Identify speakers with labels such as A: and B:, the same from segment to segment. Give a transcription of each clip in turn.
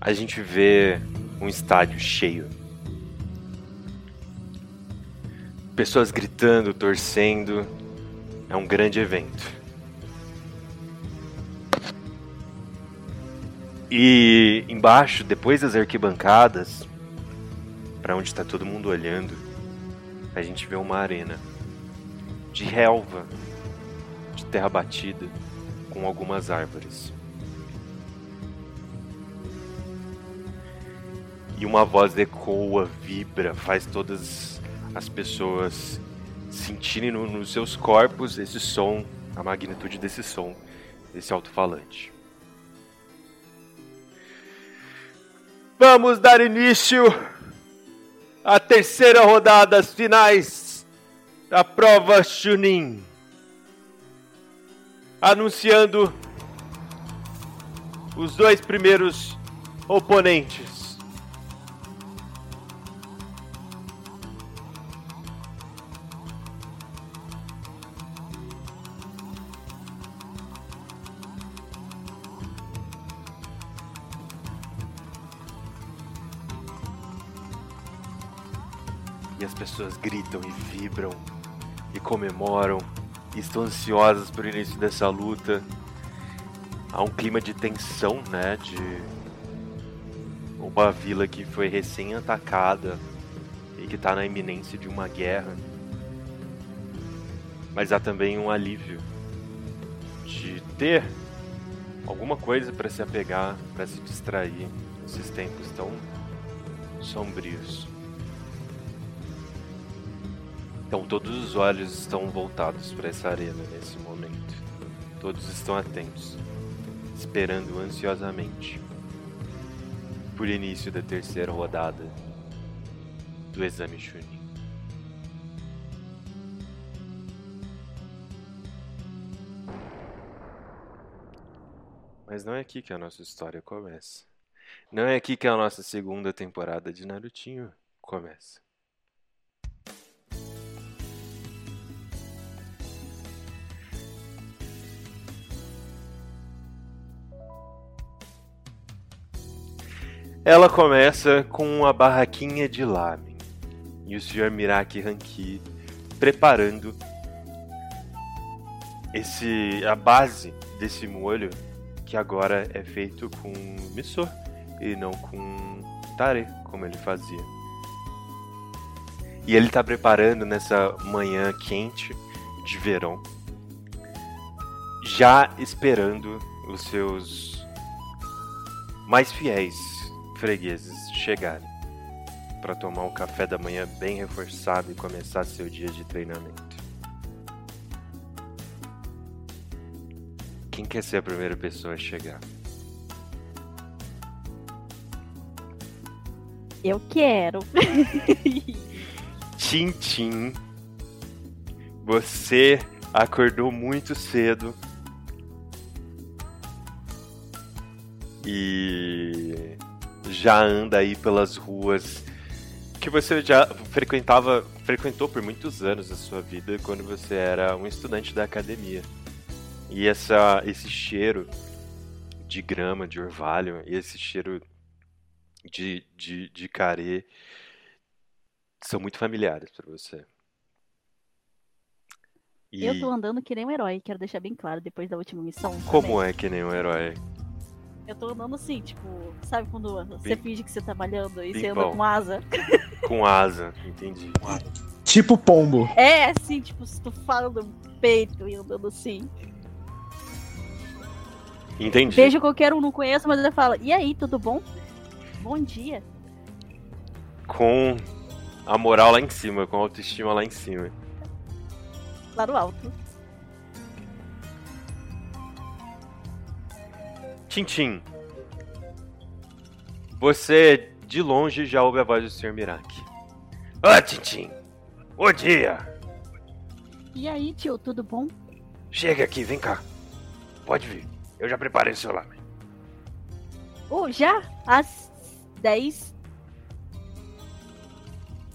A: A gente vê um estádio cheio. Pessoas gritando, torcendo. É um grande evento. E embaixo, depois das arquibancadas, para onde está todo mundo olhando, a gente vê uma arena de relva, de terra batida, com algumas árvores. E uma voz ecoa, vibra, faz todas as pessoas sentirem no- nos seus corpos esse som, a magnitude desse som, desse alto-falante. Vamos dar início à terceira rodada, as finais da prova Chunin. Anunciando os dois primeiros oponentes. E as pessoas gritam e vibram e comemoram e estão ansiosas pelo início dessa luta. Há um clima de tensão, né? De uma vila que foi recém atacada e que está na iminência de uma guerra. Mas há também um alívio de ter alguma coisa para se apegar, para se distrair nesses tempos tão sombrios. Então todos os olhos estão voltados para essa arena nesse momento. Todos estão atentos, esperando ansiosamente por início da terceira rodada do exame Chunin. Mas não é aqui que a nossa história começa. Não é aqui que a nossa segunda temporada de Narutinho começa. Ela começa com uma barraquinha de lamen e o Sr. Miraki Hanki preparando esse a base desse molho que agora é feito com miso e não com tare, como ele fazia. E ele está preparando nessa manhã quente de verão, já esperando os seus mais fiéis fregueses chegarem para tomar um café da manhã bem reforçado e começar seu dia de treinamento. Quem quer ser a primeira pessoa a chegar?
B: Eu quero.
A: Tintim, você acordou muito cedo e já anda aí pelas ruas que você já frequentava, frequentou por muitos anos da sua vida quando você era um estudante da academia. E essa, esse cheiro de grama, de orvalho, e esse cheiro de, de, de carê são muito familiares pra você. E
B: Eu tô andando que nem um herói, quero deixar bem claro depois da última missão.
A: como é que nem um herói?
B: Eu tô andando assim, tipo, sabe quando você
A: Bem-
B: finge que você tá malhando e você
A: bem
B: anda
A: bom.
B: com asa?
A: Com asa, entendi.
C: Tipo pombo.
B: É assim, tipo, estufando o peito e andando assim.
A: Entendi.
B: Vejo qualquer um, não conheço, mas ele fala, e aí, tudo bom? Bom dia.
A: Com a moral lá em cima, com a autoestima lá em cima.
B: Lá no alto.
A: Tintim, você de longe já ouve a voz do Sr. Miraki. Ah, Tintim! Bom dia!
B: E aí, tio, tudo bom?
A: Chega aqui, vem cá. Pode vir. Eu já preparei o seu lamen.
B: Oh, já? Às 10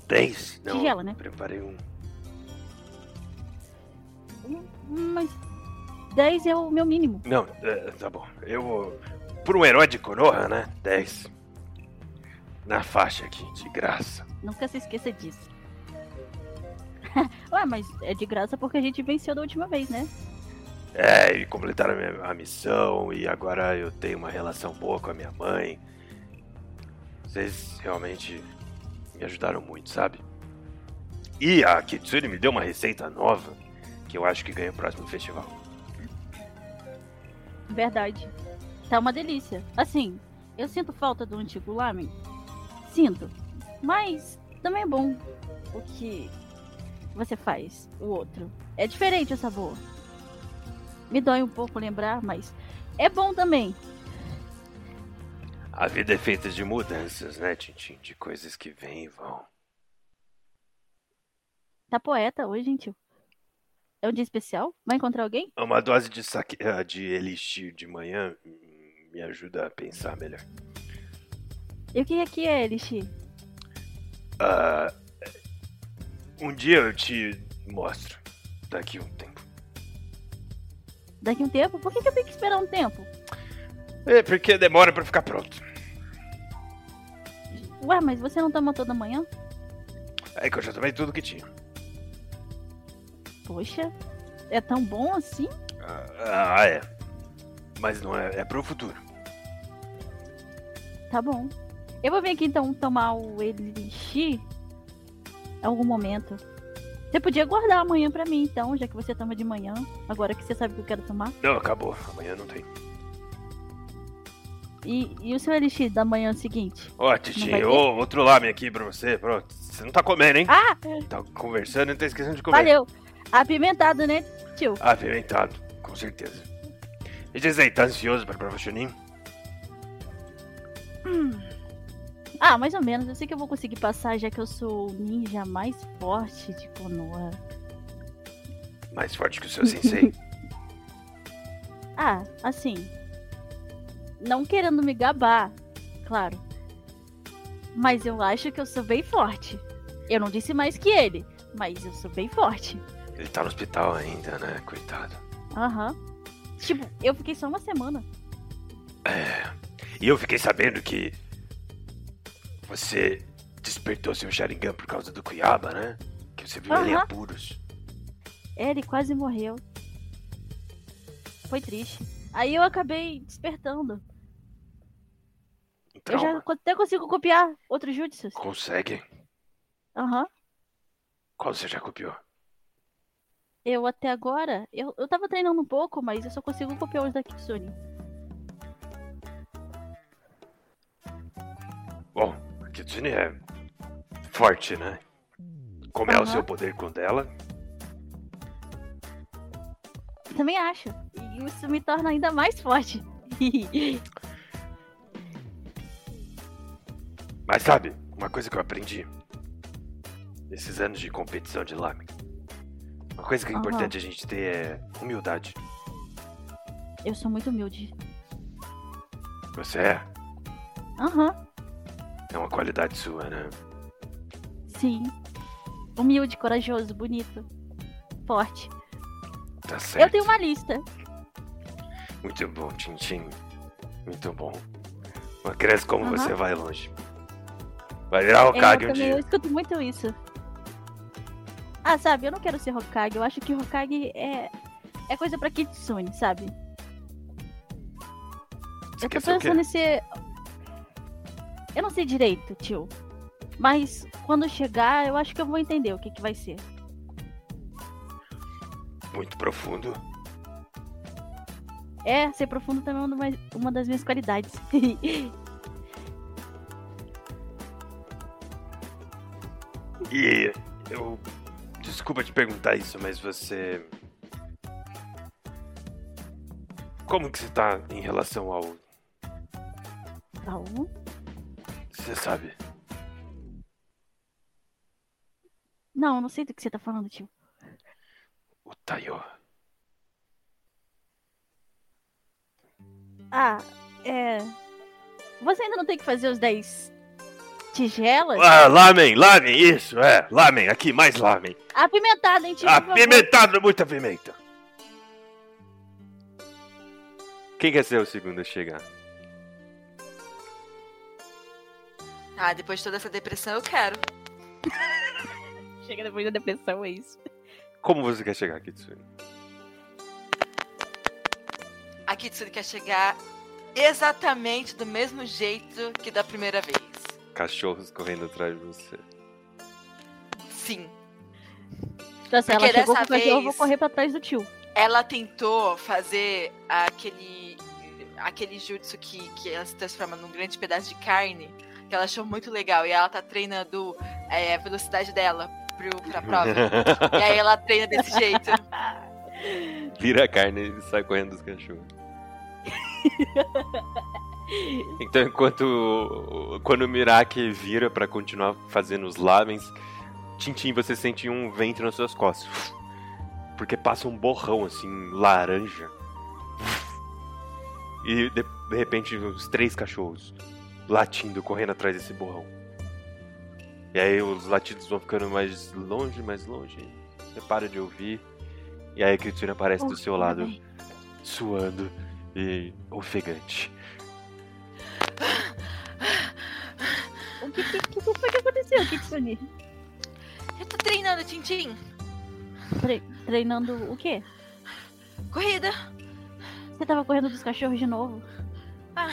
A: Dez? Não,
B: Tigela, né?
A: preparei um
B: 10 é o meu mínimo.
D: Não, é, tá bom. Eu vou. Por um herói de coroa, né? 10. Na faixa aqui, de graça.
B: Nunca se esqueça disso. Ué, mas é de graça porque a gente venceu da última vez, né?
D: É, e completaram a, minha- a missão e agora eu tenho uma relação boa com a minha mãe. Vocês realmente me ajudaram muito, sabe? E a Kitsune me deu uma receita nova que eu acho que ganha o próximo festival.
B: Verdade. Tá uma delícia. Assim, eu sinto falta do antigo lamen. Sinto. Mas também é bom o que você faz, o outro. É diferente o sabor. Me dói um pouco lembrar, mas é bom também.
D: A vida é feita de mudanças, né, Tintin? De coisas que vêm e vão.
B: Tá poeta hoje, hein, tio? É um dia especial? Vai encontrar alguém?
D: Uma dose de, saque... ah, de elixir de manhã hum, me ajuda a pensar melhor.
B: E o que aqui é, Elixir?
D: Ah, um dia eu te mostro. Daqui um tempo.
B: Daqui um tempo? Por que, que eu tenho que esperar um tempo?
D: É porque demora pra ficar pronto.
B: Ué, mas você não toma toda manhã?
D: É que eu já tomei tudo que tinha.
B: Poxa, é tão bom assim?
D: Ah, ah, é. Mas não é, é pro futuro.
B: Tá bom. Eu vou vir aqui então tomar o elixir em algum momento. Você podia guardar amanhã pra mim, então, já que você toma de manhã, agora que você sabe o que eu quero tomar.
D: Não, acabou. Amanhã não tem.
B: E, e o seu elixir da manhã seguinte?
D: Ó,
B: Não
D: Titi,
B: vai ter?
D: ô, outro lame aqui pra você. Pronto. Você não tá comendo, hein?
B: Ah,
D: Tá conversando e tá esquecendo de comer.
B: valeu. Apimentado, né, tio?
D: Apimentado, com certeza. E diz aí, tá ansioso pra prova Chunin?
B: Ah, mais ou menos. Eu sei que eu vou conseguir passar, já que eu sou o ninja mais forte de Konoha.
D: Mais forte que o seu sensei?
B: Ah, assim. Não querendo me gabar, claro. Mas eu acho que eu sou bem forte. Eu não disse mais que ele, mas eu sou bem forte.
D: Ele tá no hospital ainda, né? Coitado.
B: Aham. Tipo, eu fiquei só uma semana.
D: E eu fiquei sabendo que você despertou seu Sharingan por causa do Cuiaba, né? Que você viu ele em
B: Aham.
D: apuros.
B: É, Ele quase morreu. Foi triste. Aí eu acabei despertando.
D: Um
B: Eu já
D: trauma.
B: co- até consigo copiar outros jutsus.
D: Consegue?
B: Aham.
D: Qual você já copiou?
B: Eu até agora, eu, eu tava treinando um pouco, mas eu só consigo copiar os da Kitsune.
D: Bom, a Kitsune é forte, né? Como é o
B: Aham.
D: seu poder com o dela?
B: Também acho. E isso me torna ainda mais forte.
D: Mas sabe, uma coisa que eu aprendi nesses anos de competição de lame. Uma coisa que é
B: Aham.
D: importante a gente ter é humildade.
B: eu sou muito humilde.
D: Você é,
B: Aham,
D: é uma qualidade sua, né?
B: sim. Humilde, corajoso, bonito. Forte.
D: Tá certo.
B: Eu tenho uma lista.
D: Muito bom, Tintin. Muito bom. Uma criança como
B: Aham.
D: você vai longe. Vai virar
B: É,
D: Hokage
B: eu,
D: um
B: também, eu
D: dia.
B: escuto muito isso. Ah, sabe, eu não quero ser Hokage. Eu acho que Hokage é, é coisa pra Kitsune, sabe?
D: Você
B: Eu
D: quer
B: tô
D: ser o quê?
B: pensando em ser. Eu não sei direito, tio. Mas quando chegar, eu acho que eu vou entender o que, que vai ser.
D: Muito profundo.
B: É, ser profundo também é uma das- uma das minhas qualidades.
D: E eu. Desculpa te perguntar isso, mas você. Como que você tá em relação ao.
B: Raul?
D: Você sabe?
B: Não, eu não sei do que você tá falando, tio.
D: O Taiyo.
B: Ah, é. Você ainda não tem que fazer os 10 tigelas?
D: Ah, lamen, lamen, isso, é. Lamen, aqui, mais lamen.
B: Apimentado, hein, tio? por favor.
D: Apimentado, muita pimenta.
A: Quem quer ser o segundo a chegar?
E: Ah, depois de toda essa depressão eu quero.
B: Chega depois da depressão, é isso.
A: Como você quer chegar, Kitsune?
E: A Kitsune quer chegar exatamente do mesmo jeito que da primeira vez.
A: Cachorros correndo atrás de você.
E: Sim.
B: Então, assim, ela
E: Porque
B: chegou com
E: dessa
B: o cachorro, eu vou
E: vez-
B: correr pra trás do tio.
E: Ela tentou fazer aquele aquele jutsu que, que ela se transforma num grande pedaço de carne, que ela achou muito legal. E ela tá treinando é, a velocidade dela pro, pra prova. e aí ela treina desse jeito.
A: Vira a carne e sai correndo dos cachorros. Então, enquanto o- o- quando o Miraki vira pra continuar fazendo os lamens, Tintim, você sente um vento nas suas costas. Porque passa um borrão assim, laranja. E de, de repente, os três cachorros latindo, correndo atrás desse borrão. E aí os latidos vão ficando mais longe, mais longe. Você para de ouvir. E aí a Kitsune aparece do seu lado, suando e ofegante.
B: O que, que, que foi que aconteceu, Kitsune?
E: Eu tô treinando, Tintim.
B: Tre- treinando o quê?
E: Corrida.
B: Você tava correndo dos cachorros de novo?
E: Ah,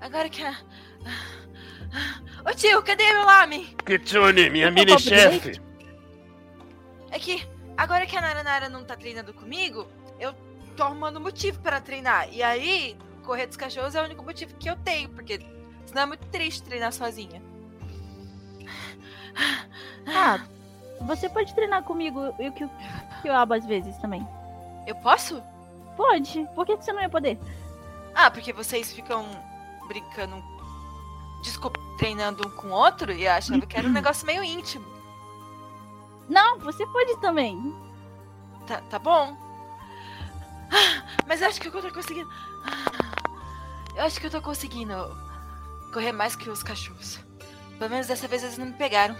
E: Agora que a... ah, Ô tio, cadê meu lame?
A: Kitsune, minha
B: Você mini chefe!
E: É que agora que a Naranara não tá treinando comigo, eu tô arrumando um motivo pra treinar. E aí, correr dos cachorros é o único motivo que eu tenho, porque senão é muito triste treinar sozinha.
B: Ah, você pode treinar comigo e o que que eu abo às vezes também.
E: Eu posso?
B: Pode. Por que, que você não ia poder?
E: Ah, porque vocês ficam brincando, desculpa, treinando um com o outro e eu achava que era um negócio meio íntimo.
B: Não, você pode também.
E: Tá, tá bom. Ah, Mas eu acho que eu tô conseguindo. Ah, Eu acho que eu tô conseguindo correr mais que os cachorros. Pelo menos dessa vez eles não me pegaram.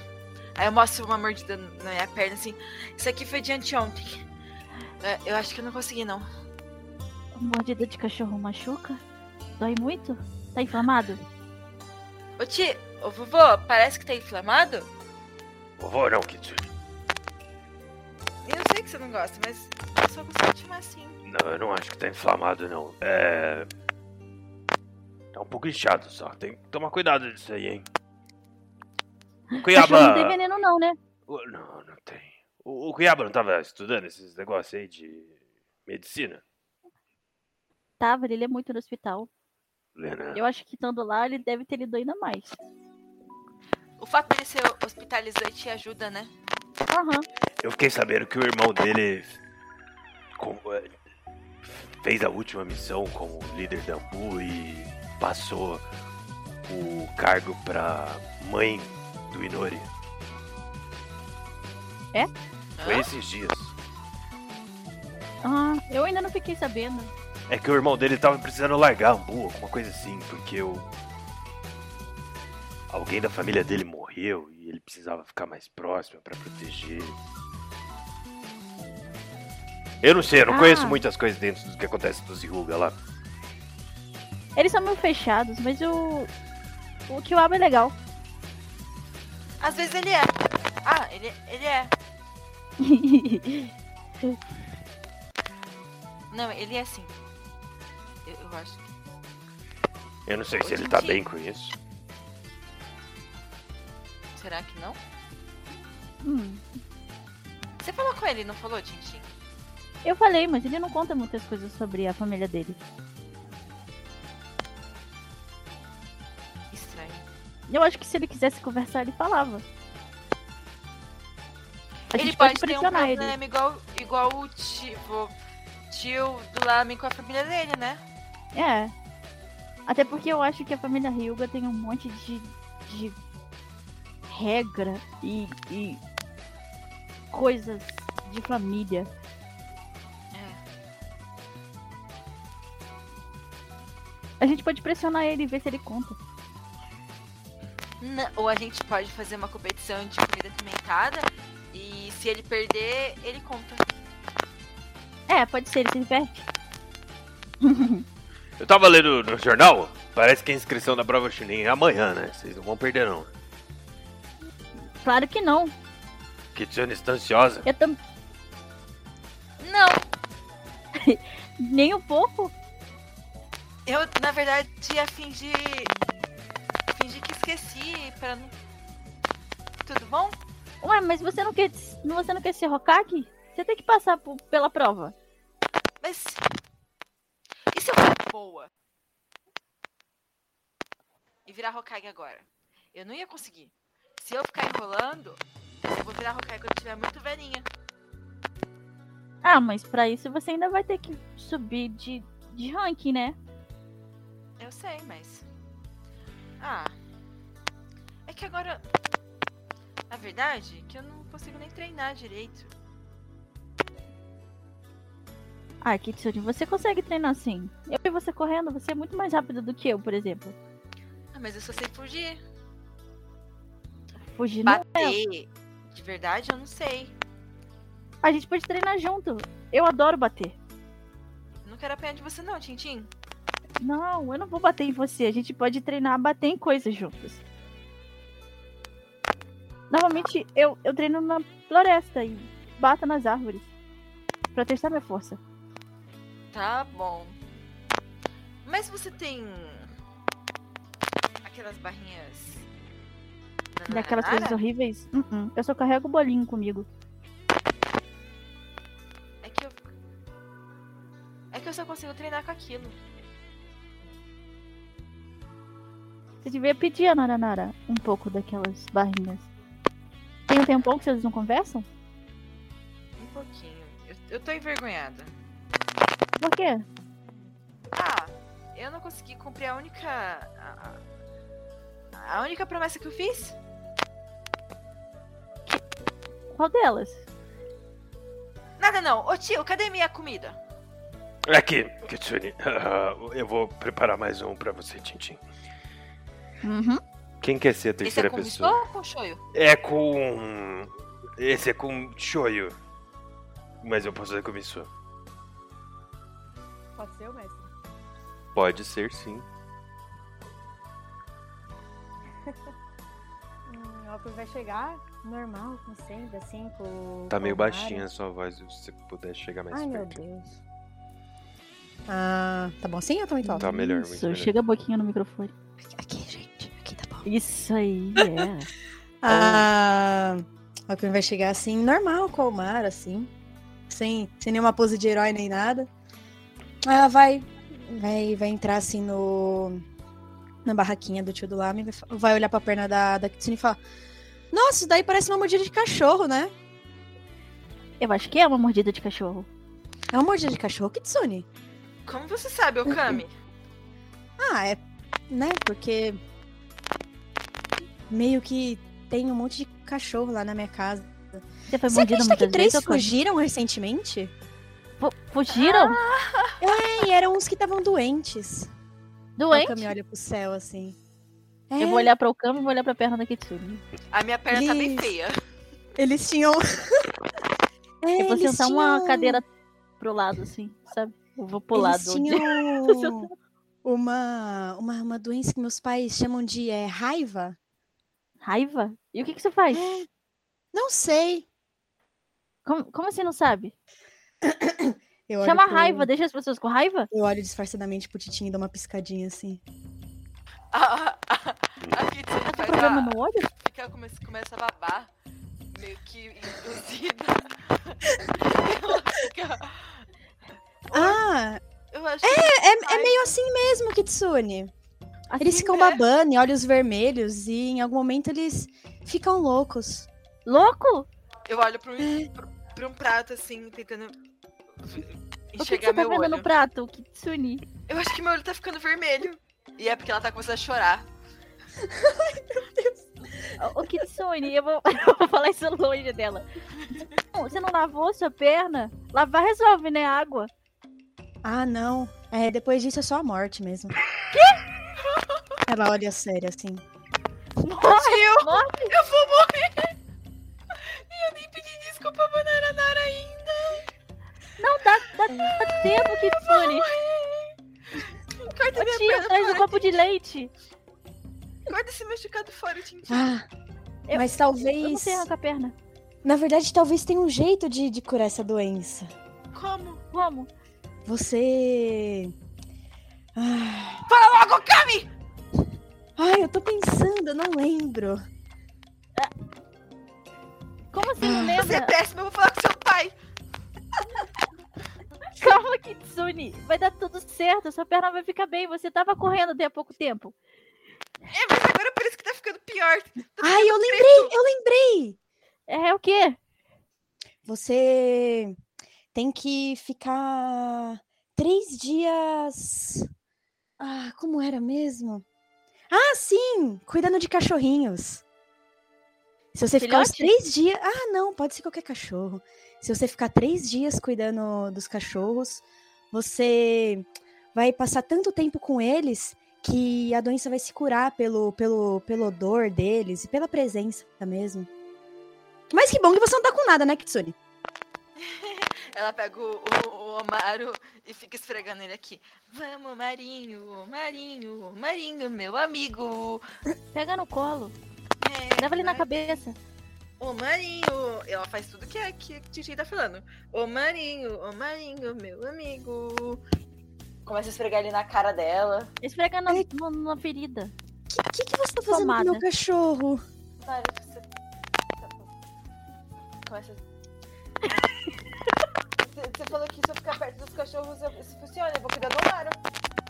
E: Aí eu mostro uma mordida na minha perna assim. Isso aqui foi de anteontem. É, Eu acho que eu não consegui, não.
B: Mordida Um de cachorro machuca? Dói muito? Tá inflamado?
E: Ô tio, ô vovô, parece que tá inflamado?
A: Vovô não, Kitsune.
E: Eu sei que você não gosta, mas eu só consigo te chamar assim.
A: Não, eu não acho que tá inflamado, não. É. Tá um pouco inchado só. Tem que tomar cuidado disso aí, hein?
B: Cachorro não
A: Cuiabá!
B: tem veneno não, né?
A: O- Não, não tem. O, o Cuiabá não tava estudando esses negócios aí de medicina?
B: Tava, ele lê muito no hospital.
A: Lena.
B: Eu acho que estando lá, ele deve ter lido ainda mais.
E: O fato dele ser hospitalizante ajuda, né?
B: Aham.
A: Eu fiquei sabendo que o irmão dele com- eh, fez a última missão como líder da Bu e passou o cargo pra mãe do Inori.
B: É?
A: Foi esses dias.
B: Ah, eu ainda não fiquei sabendo.
A: É que o irmão dele tava precisando largar a Bu, alguma coisa assim, porque o. Alguém da família dele morreu e ele precisava ficar mais próximo pra proteger. Eu não sei, eu não
B: Ah.
A: conheço muitas coisas dentro do que acontece dos Iruga lá.
B: Eles são meio fechados, mas o. O que eu abro é legal.
E: Às vezes ele é. Ah, ele, ele é.
B: Hum.
E: Não, ele é assim. Eu, eu acho. que-
A: Eu não sei se
E: Hoje
A: ele
E: em
A: tá
E: dia.
A: bem com isso.
E: Será que não?
B: Hum,
E: Você falou com ele, não falou, Tintin?
B: eu falei, mas ele não conta muitas coisas sobre a família dele.
E: Estranho.
B: Eu acho que se ele quisesse conversar, ele falava. A
E: ele
B: gente
E: pode ter um
B: pressionar
E: problema
B: ele.
E: igual, igual o tio, tio do Lamin com a família dele, né?
B: É. Até porque eu acho que a família Ryuga tem um monte de, de regra e, e coisas de família. A gente pode pressionar ele e ver se ele conta.
E: Na- Ou a gente pode fazer uma competição de comida pimentada e se ele perder, ele conta.
B: É, pode ser, ele se diverte.
A: Eu tava lendo no jornal, parece que a inscrição da prova chininha é amanhã, né? Vocês não vão perder, não.
B: Claro que não.
A: Kitsune está ansiosa.
B: Eu tam...
E: Não,
B: nem um pouco.
E: eu na verdade ia fingir. fingir que esqueci pra não. Tudo bom?
B: Ué, mas você não quer, você não quer ser Hokage? Você tem que passar por- pela prova.
E: Mas. E se eu for boa? E virar Hokage agora? Eu não ia conseguir. Se eu ficar enrolando, eu vou virar Hokage quando eu estiver muito velhinha.
B: Ah, mas pra isso você ainda vai ter que subir de, de ranking, né?
E: Eu sei, mas. Ah. É que agora. A verdade é que eu não consigo nem treinar direito.
B: Ah, Kitsune, você consegue treinar assim. Eu vi você correndo, você é muito mais rápido do que eu, por exemplo.
E: Ah, mas eu só sei fugir.
B: Fugir não é.
E: Bater. De verdade, eu não sei.
B: A gente pode treinar junto. Eu adoro bater.
E: Eu Não quero apanhar de você, não, Tintim.
B: Não, eu não vou bater em você. A gente pode treinar a bater em coisas juntos. Normalmente eu, eu treino na floresta e bato nas árvores. Pra testar minha força.
E: Tá bom. Mas você tem. Aquelas barrinhas. da
B: Daquelas
E: Nananara?
B: coisas horríveis. Uh-uh. Eu só carrego o bolinho comigo.
E: É que eu. É que eu só consigo treinar com aquilo.
B: Você devia pedir a Naranara um pouco daquelas barrinhas. Tem um tempão que vocês não conversam?
E: Um pouquinho. Eu, eu tô envergonhada.
B: Por quê?
E: Ah, eu não consegui cumprir a única. A, a- a única promessa que eu fiz?
B: Qual delas?
E: Nada não. Ô tio, cadê minha comida?
A: É Aqui, Kitsune, ah, eu vou preparar mais um pra você, Tintin.
B: Uhum.
A: Quem quer ser a
E: Esse
A: terceira
E: é com miso
A: pessoa?
E: ou com shoyu?
A: É com. Esse é com shoyu. Mas eu posso fazer com miso.
F: Pode ser, mestre?
A: Pode ser, sim.
F: Hum, o vai chegar normal, como sempre, assim, com.
A: Tá meio
F: com o Mario.
A: baixinha a sua voz, se você puder chegar mais
F: Ai, meu
A: perto.
F: Deus. Ah, tá bom assim ou tô muito alto?
A: Tá melhor, muito
B: Isso,
A: melhor.
B: chega a boquinha no microfone.
F: Aqui, gente. Aqui tá bom.
B: Isso aí, é.
F: Ah, o vai chegar assim, normal com o mar, assim. Sem, sem nenhuma pose de herói nem nada. Ela vai, vai, vai entrar assim no. Na barraquinha do tio do Lame, vai fa- vai olhar pra perna da, da Kitsune e falar: Nossa, isso daí parece uma mordida de cachorro, né?
B: Eu acho que é uma mordida de cachorro.
F: É uma mordida de cachorro, Kitsune?
E: Como você sabe, Okami?
F: Ah, é. Né? Porque. Meio que tem um monte de cachorro lá na minha casa.
B: Você foi
F: Você
B: mordida
F: acredita que
B: muitas
F: três
B: vezes, Otávio?
F: fugiram recentemente? É,
B: Fu- Fugiram?
F: Ah, E eram uns que estavam doentes.
B: Doente?
F: me olha pro céu assim. É,
B: Eu vou olhar pra o cama e vou olhar pra perna da Kitsune.
E: A minha perna tá bem
F: Liz.
E: feia.
F: Eles tinham. É,
B: eu vou
F: eles
B: sentar uma
F: tinham-
B: cadeira pro lado, assim, sabe? Eu vou pro lado.
F: Eles tinham uma, uma, uma doença que meus pais chamam de é, raiva.
B: Raiva? E o que, que você faz?
F: Ah. Não sei.
B: Como, como você não sabe?
F: Eu olho
B: Chama
F: pro-
B: raiva, deixa as pessoas com raiva?
F: Eu olho disfarçadamente pro Titinho e dou uma piscadinha assim.
E: A, a, a, a Kitsune
B: Tem
E: faz
B: problema
E: a,
B: no olho?
E: fica, começa, começa a babar, meio que induzida. Ela fica-
F: Ah,
E: eu acho que
F: é, é
E: Ai.
F: meio assim mesmo, Kitsune. Eles
B: Assim,
F: ficam
E: né?
F: babando e olhos vermelhos e em algum momento eles ficam loucos.
B: Louco?
E: eu olho pra um, pra, pra um prato assim, tentando
B: O que, que
E: enxergar
B: você tá
E: meu
B: vendo
E: olho.
B: no prato, Kitsune?
E: Eu acho que meu olho tá ficando vermelho. E é porque ela tá começando a chorar.
B: Ô, ô, Kitsune, eu vou, eu vou falar isso longe dela. Não, Você não lavou sua perna? Lavar resolve, né? Água.
F: Ah, não. É, depois disso é só a morte mesmo. Quê? Ela olha séria assim.
E: Tio,
B: Morre.
E: eu vou morrer! E eu nem pedi desculpa pra Naranara ainda.
B: Não, dá, dá, dá tempo, Kitsune.
E: da minha
B: Tia,
E: perna tá
B: traz um
E: fora.
B: copo de leite.
E: Guarda esse machucado fora, Tintin.
F: Ah,
B: Eu-
F: mas
B: Eu não
F: talvez.
B: sei arrancar a perna.
F: Na verdade, talvez tenha um jeito de, de curar essa doença.
E: Como?
B: Como?
F: Você. Ah,
E: Fala Tá logo, Kami!
F: Ai, eu tô pensando, eu não lembro.
B: Como assim não
E: Você é
B: lembra?
E: péssimo, eu vou falar com seu pai.
B: Calma, Kitsune. Vai dar tudo certo. Sua perna vai ficar bem. Você tava correndo até há pouco tempo.
E: É, mas agora parece que tá ficando pior.
F: Ai, eu lembrei, eu lembrei!
B: É o quê?
F: Você tem que ficar três dias. Ah, como era mesmo? Ah, sim! Cuidando de cachorrinhos. Se você ficar os
B: Filhote?
F: três dias. Ah, não, pode ser qualquer cachorro. Se você ficar três dias cuidando dos cachorros, você vai passar tanto tempo com eles que a doença vai se curar pelo, pelo, pelo odor deles e pela presença mesmo. Mas que bom que você não tá com nada, né, Kitsune?
E: Ela pega o, o, o Omaro e fica esfregando ele aqui. Vamos, Marinho, Marinho, Marinho, meu amigo.
B: Pega no colo.
E: É,
B: Leva ele na
E: vai-
B: cabeça.
E: Ô Marinho, ela faz tudo que a, que a Titi tá falando. Ô Marinho, ô Marinho, meu amigo. Começa a esfregar ele na cara dela.
B: Esfrega na,
F: Ai.
B: na, na ferida.
F: O que, que, que você tá fazendo
B: Tomada.
F: com o meu cachorro?
E: Para, você... tá bom. Começa a... Você- Você falou que se eu ficar perto dos cachorros, eu- isso funciona. Eu vou cuidar do Omaro.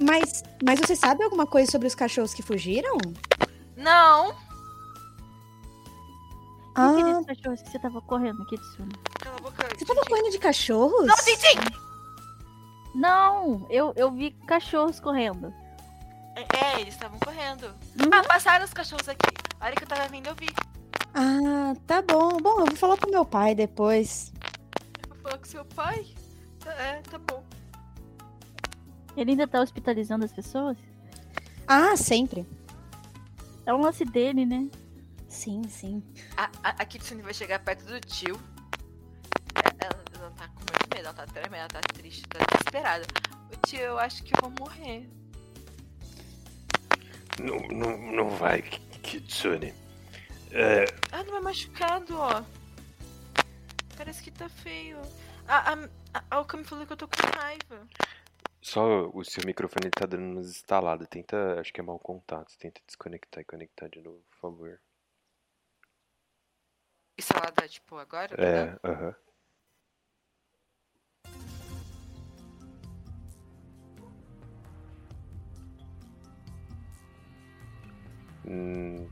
F: Mas, mas você sabe alguma coisa sobre os cachorros que fugiram?
E: Não.
F: Ah.
B: Quem que é esse cachorro que você tava correndo, Kitsune?
E: Cala a boca.
F: você tava correndo de cachorros?
E: Não, Titi!
B: Não, eu, eu vi cachorros correndo.
E: É, eles estavam correndo.
B: Uhum.
E: Ah, passaram os cachorros aqui. A hora que eu tava vindo, eu vi.
F: Ah, tá bom. Bom, eu vou falar pro meu pai depois.
E: Vou falar com seu pai. Tá- É, tá bom.
B: Ele ainda tá hospitalizando as pessoas?
F: Ah, sempre.
B: É um lance dele, né?
F: Sim, sim.
E: A, a, a Kitsune vai chegar perto do tio. É, Ela, ela tá com muito medo, ela tá tremendo, ela tá triste, tá desesperada. O tio, eu acho que eu vou morrer.
A: Não, não, não vai, Ki- Kitsune. É,
E: Ah, não é machucado, ó. Parece que tá feio. A, a, a, a Okami falou que eu tô com raiva.
A: só o seu microfone tá dando umas estaladas. Tenta, acho que é mau contato. Tenta desconectar e conectar de novo, por favor.
E: Isso ela dá, tipo,
F: Tá
E: agora?
A: É,
E: né?
A: aham. Hum,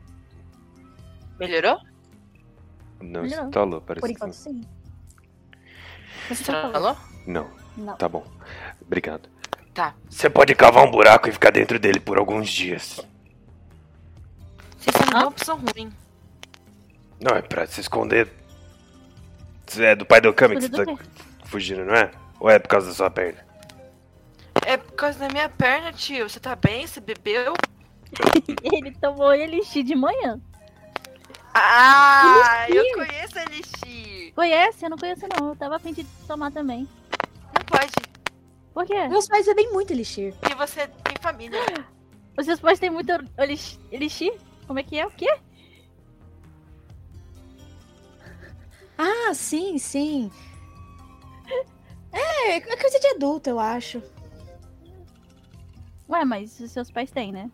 E: Melhorou?
A: não
B: Melhorou.
A: instalou, parece
F: Por
A: que
F: enquanto, sim.
B: Você tá falando.
E: Falou?
A: Não,
F: Não.
A: tá bom. Obrigado.
E: Tá.
A: Você pode cavar um buraco e ficar dentro dele por alguns dias.
E: Vocês são
B: Hã?
E: uma opção ruim.
A: Não, é pra se esconder. Você é do pai do Kami que você
B: Esconder
A: tá
B: do
A: fugindo, não é? Ou é por causa da sua perna?
E: É por causa da minha perna, tio. Você tá bem? Você bebeu?
B: Ele tomou elixir de manhã.
E: Ah, eu conheço a Elixir.
B: Conhece? Eu não conheço, não. Eu tava a fim de tomar também.
E: Não pode,
B: Por quê?
F: Meus pais bebem muito elixir.
E: porque você tem família. né?
B: Os seus pais têm muito elix- elixir? Como é que é? O quê?
F: Ah, sim, sim. É, é coisa de adulto, eu acho.
B: Ué, mas os seus pais têm, né?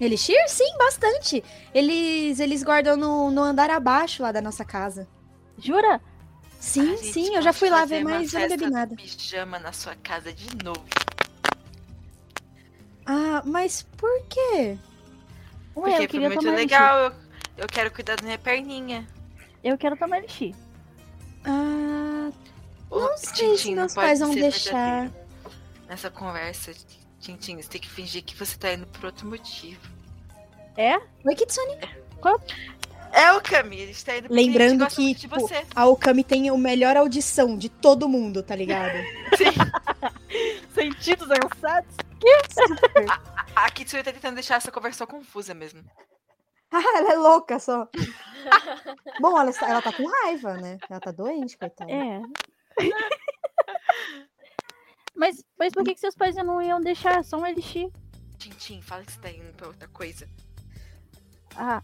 F: Elixir? É Sim, bastante. Eles, eles guardam no, no andar abaixo lá da nossa casa.
B: Jura?
F: Sim,
E: A gente
F: sim, Ah, eu
E: pode
F: já fui lá
E: fazer
F: ver,
E: uma
F: mas eu não
E: festa
F: bebi nada.
E: Pijama na sua casa de novo.
F: Ah, mas por quê?
B: Ué,
E: porque
B: eu queria
E: foi muito
B: tomar
E: legal. Eu, eu quero cuidar da minha perninha.
B: elixir. Eu quero tomar elixir.
F: Ah,
E: Ô,
F: não sei se
E: Tintin,
F: meus
E: pode
F: pais vão
E: ser
F: deixar.
E: verdadeiro. Nessa conversa, Tintin, você tem que fingir que você tá indo por outro motivo.
B: É?
F: Oi, Kitsune.
E: É o Camille, ele está indo porque
F: Lembrando
E: a gente gosta
F: que,
E: muito de
F: tipo,
E: você.
F: A Okami tem o melhor audição de todo mundo, tá ligado?
B: Sentidos avançados?
E: A Kitsune tá tentando deixar essa conversa só confusa mesmo.
F: ah, ela é louca só. Bom, ela, ela tá com raiva, né? Ela tá doente, coitada.
B: É. mas, mas por que, que seus pais não iam deixar só um elixir?
E: Tintim, fala que você tá indo pra outra coisa.
B: Ah,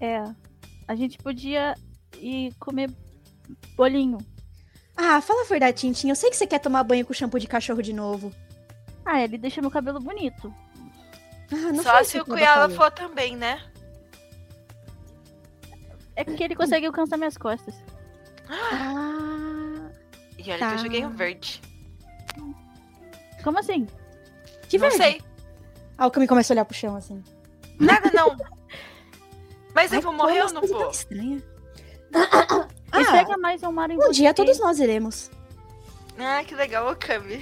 B: é. A gente podia ir comer bolinho.
F: Ah, fala a verdade, Tintin. Eu sei que você quer tomar banho com shampoo de cachorro de novo.
B: Ah, ele deixa meu cabelo bonito.
F: Ah, não
E: Só
F: faz
E: se o
F: isso que
E: Cuyala
F: Nabá
E: for também, né?
B: É porque ele consegue alcançar minhas costas.
F: falou.
E: E olha que
F: Tá.
E: eu joguei um verde.
B: Como assim?
F: Ah, que
E: não
F: verde.
E: sei.
F: Ah, o Kami começa a olhar pro chão assim.
E: Nada não. Mas eu
F: Ai,
E: vou
F: como assim
E: morrer
F: tá
E: ou
F: essa
E: não
F: coisa tão
E: vou?
F: Estranha.
B: Ah,
F: Ah,
B: Esfrega mais um mar em
F: um dia
B: você.
F: todos nós iremos.
E: Ah, que legal, o Kami.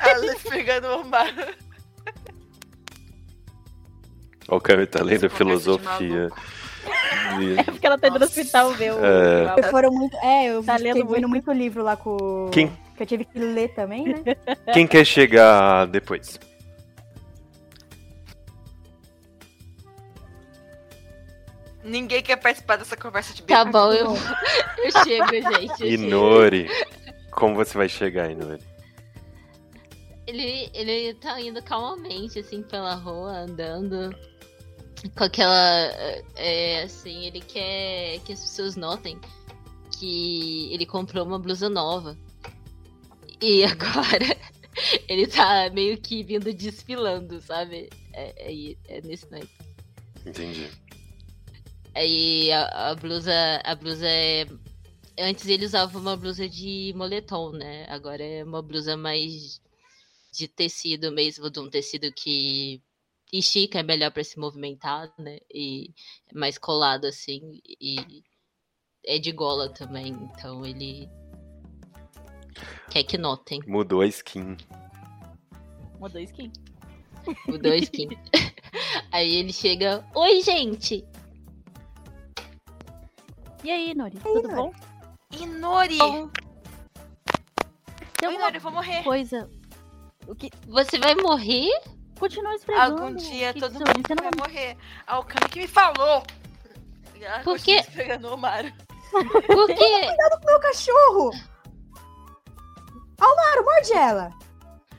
E: Alice pegando o Omar.
A: Olha o Kami tá
E: Essa
A: lendo
E: conversa de
A: filosofia.
E: maluco.
B: É porque ela tá indo no
E: Nossa.
B: hospital ver o.
A: É.
F: Eu foram muito. É, eu
B: Tá
F: fiquei
B: lendo
F: vendo muito livro lá com.
A: Quem?
F: Que eu tive que ler também, né?
A: Quem quer chegar depois?
E: Ninguém quer participar dessa conversa de
G: Tá
E: bêbado.
G: bom, eu, eu chego, gente. eu chego.
A: Inori. Como você vai chegar, Inori?
G: Ele, ele tá indo calmamente, assim, pela rua, andando. Com aquela. É, assim, ele quer que as pessoas notem que ele comprou uma blusa nova. E agora ele tá meio que vindo desfilando, sabe? É, é, é nesse naipe.
A: Entendi.
G: Aí a, a blusa. A blusa é. Antes ele usava uma blusa de moletom, né? Agora é uma blusa mais de tecido mesmo, de um tecido que estica, é melhor para se movimentar, né? E é mais colado assim. E é de gola também, então ele. Quer que notem.
A: Mudou a skin.
B: Mudou skin.
G: O dois skin. Aí ele chega. Oi, gente!
B: E aí, Nori? Tudo bom?
E: Inori!
F: Tá
B: Tem
F: Então
E: Ô, Inori,
B: alguma
E: eu vou morrer.
B: coisa. O que.
G: Você vai morrer?
B: Continua esfregando.
E: Algum dia todo
B: Kitsune,
E: mundo
F: Então
B: Você não
E: vai morrer. Ah, o Kami que me falou! E ela
G: Por
E: continua
G: quê?
E: Pegando o Omar.
G: Por quê?
F: Meu cachorro! Almaro, morde ela!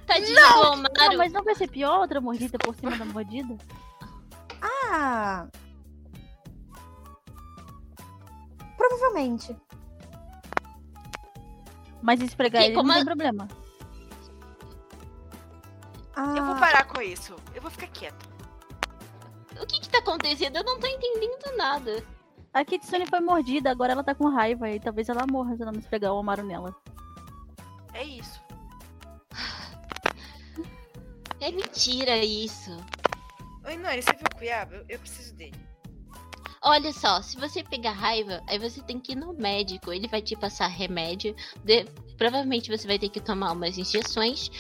G: Tadinho do
B: Não,
G: Amaro.
B: Ah, mas não vai ser pior outra mordida por cima da mordida?
F: Ah! Provavelmente.
B: Mas esfregar
G: Que-
B: ele
G: como
B: não
G: a-
B: tem problema.
F: Ah,
E: Eu vou parar com isso. Eu vou ficar quieta.
G: O que que tá acontecendo? Eu não tô entendendo nada.
B: A Kitsune foi mordida, agora ela tá com raiva e talvez ela morra se ela não esfregar o Amaro nela.
E: É isso.
G: É mentira isso.
E: Ô, Inori, você viu o Cuiaba? Eu, eu preciso dele.
G: Olha só, se você pegar raiva, aí você tem que ir no médico. Ele vai te passar remédio. de- Provavelmente você vai ter que tomar umas injeções.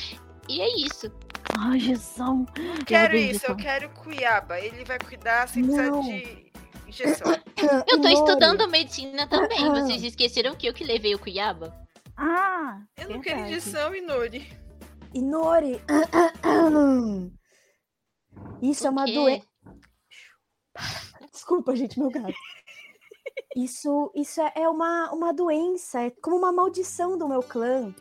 G: E é isso.
B: Ai, Jesus.
E: Eu quero isso, eu quero o Cuiaba. Ele vai cuidar sem precisar
F: Não.
E: de injeção.
G: Eu tô
F: Inori.
G: estudando medicina também. Vocês esqueceram que eu que levei o Cuiaba?
B: Ah!
E: Eu não
B: verdade.
E: quero injeção, Inori.
F: Inori. ah, Isso é uma
G: Quê?
F: doença. Desculpa, gente, meu gato. Isso, isso é uma, uma doença, é como uma maldição do meu clã.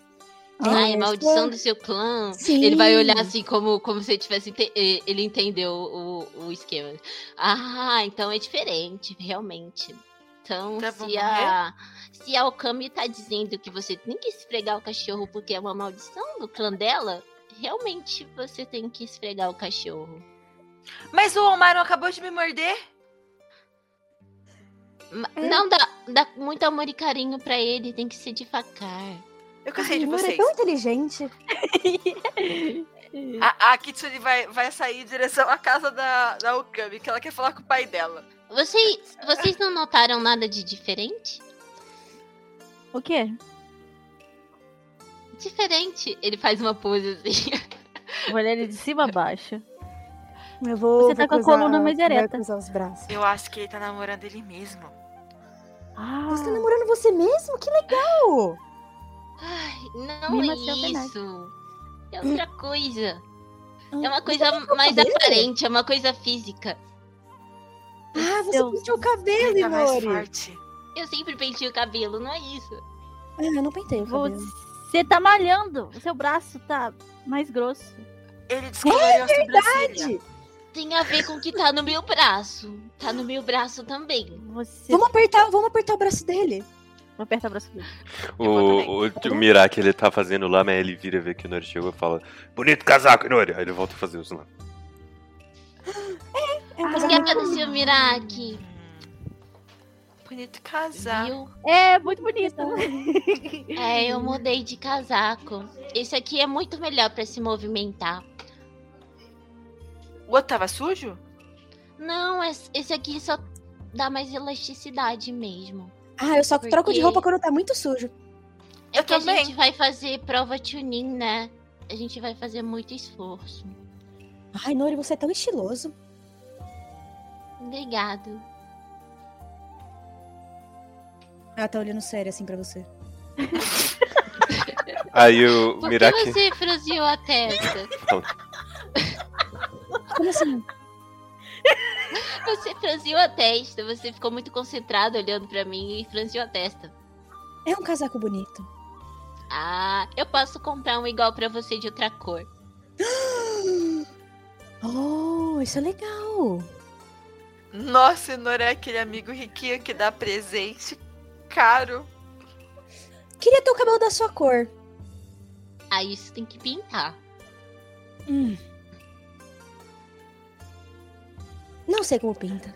G: Ai,
F: É,
G: maldição do seu clã.
F: Sim.
G: Ele vai olhar assim como, como se ele tivesse. ente- eh, Ele entendeu o, o esquema. Ah, então é diferente, realmente. Então,
E: Tá bom,
G: se, a, se a Okami tá dizendo que você tem que esfregar o cachorro porque é uma maldição do clã dela, realmente você tem que esfregar o cachorro.
E: Mas o Omar acabou de me morder.
G: Ma-
F: É.
G: Não dá, dá muito amor e carinho pra ele, tem que ser de facar.
E: Eu
F: Ai,
E: cansei de
F: Inori é
E: vocês.
F: tão inteligente.
E: A, a Kitsune vai, vai sair em direção à casa da, da Okami, que ela quer falar com o pai dela.
G: Vocês, vocês não notaram nada de diferente?
B: O quê?
G: Diferente. Ele faz uma pose assim.
B: Vou olhar ele de cima a baixo.
F: Eu vou,
B: Você tá
F: vou
B: com a
F: cruzar-
B: coluna mais
F: vou
B: ereta.
F: cruzar os braços.
E: Eu acho que ele tá namorando ele mesmo.
B: Ah,
F: Você tá namorando você mesmo? Que legal!
G: Ai, não
B: Mima
G: é
B: seu penalti.
G: isso. É outra coisa. É
F: Ah,
G: uma
F: você
G: coisa
F: pintou o
G: mais
F: cabelo?
G: aparente, é uma coisa física.
F: Ah, você
B: Deus.
F: pintou o cabelo,
E: Ele tá mais
F: Inori.
E: forte.
G: Eu sempre pentei o cabelo, não é isso?
F: Ah, eu não pentei o cabelo.
B: você tá malhando. O seu braço tá mais grosso.
E: Ele descoloriu a sobrancelha.
F: Verdade!
G: Tem a ver com o que tá no meu braço. Tá no meu braço também.
B: Você.
F: Vamos apertar, vamos apertar o braço dele.
B: Vou apertar o braço dele.
E: vou
A: O, o, o Mirá que ele tá fazendo lá, mas ele vira ver que o Nori chegou e fala: Bonito casaco, Nori! Aí ele volta a fazer os lá.
F: É, mas
G: Por que agradecer o Miraki?
E: Bonito casar.
G: Viu?
B: É, muito bonito.
G: É, eu mudei de casaco. Esse aqui é muito melhor pra se movimentar.
E: O outro tava sujo?
G: Não, es- esse aqui só dá mais elasticidade mesmo.
F: Ah, eu só
G: Porque-
F: troco de roupa quando tá muito sujo.
G: É
E: Eu
G: que a
E: também.
G: gente vai fazer prova tuning, né? A gente vai fazer muito esforço.
F: Ai, Nori, você é tão estiloso.
G: Obrigado.
F: Ela tá olhando sério assim pra você.
A: Aí o
G: Por
A: Miraki.
G: que você franziu a testa?
F: Como assim?
G: Você franziu a testa. Você ficou muito concentrado olhando pra mim e franziu a testa.
F: É um casaco bonito.
G: Ah, eu posso comprar um igual pra você de outra cor.
F: Oh, isso é legal.
E: Nossa, o Nori é aquele amigo riquinho que dá presente caro.
F: Queria ter o cabelo da sua cor.
G: Aí isso tem que pintar.
F: Hum. Não sei como pinta.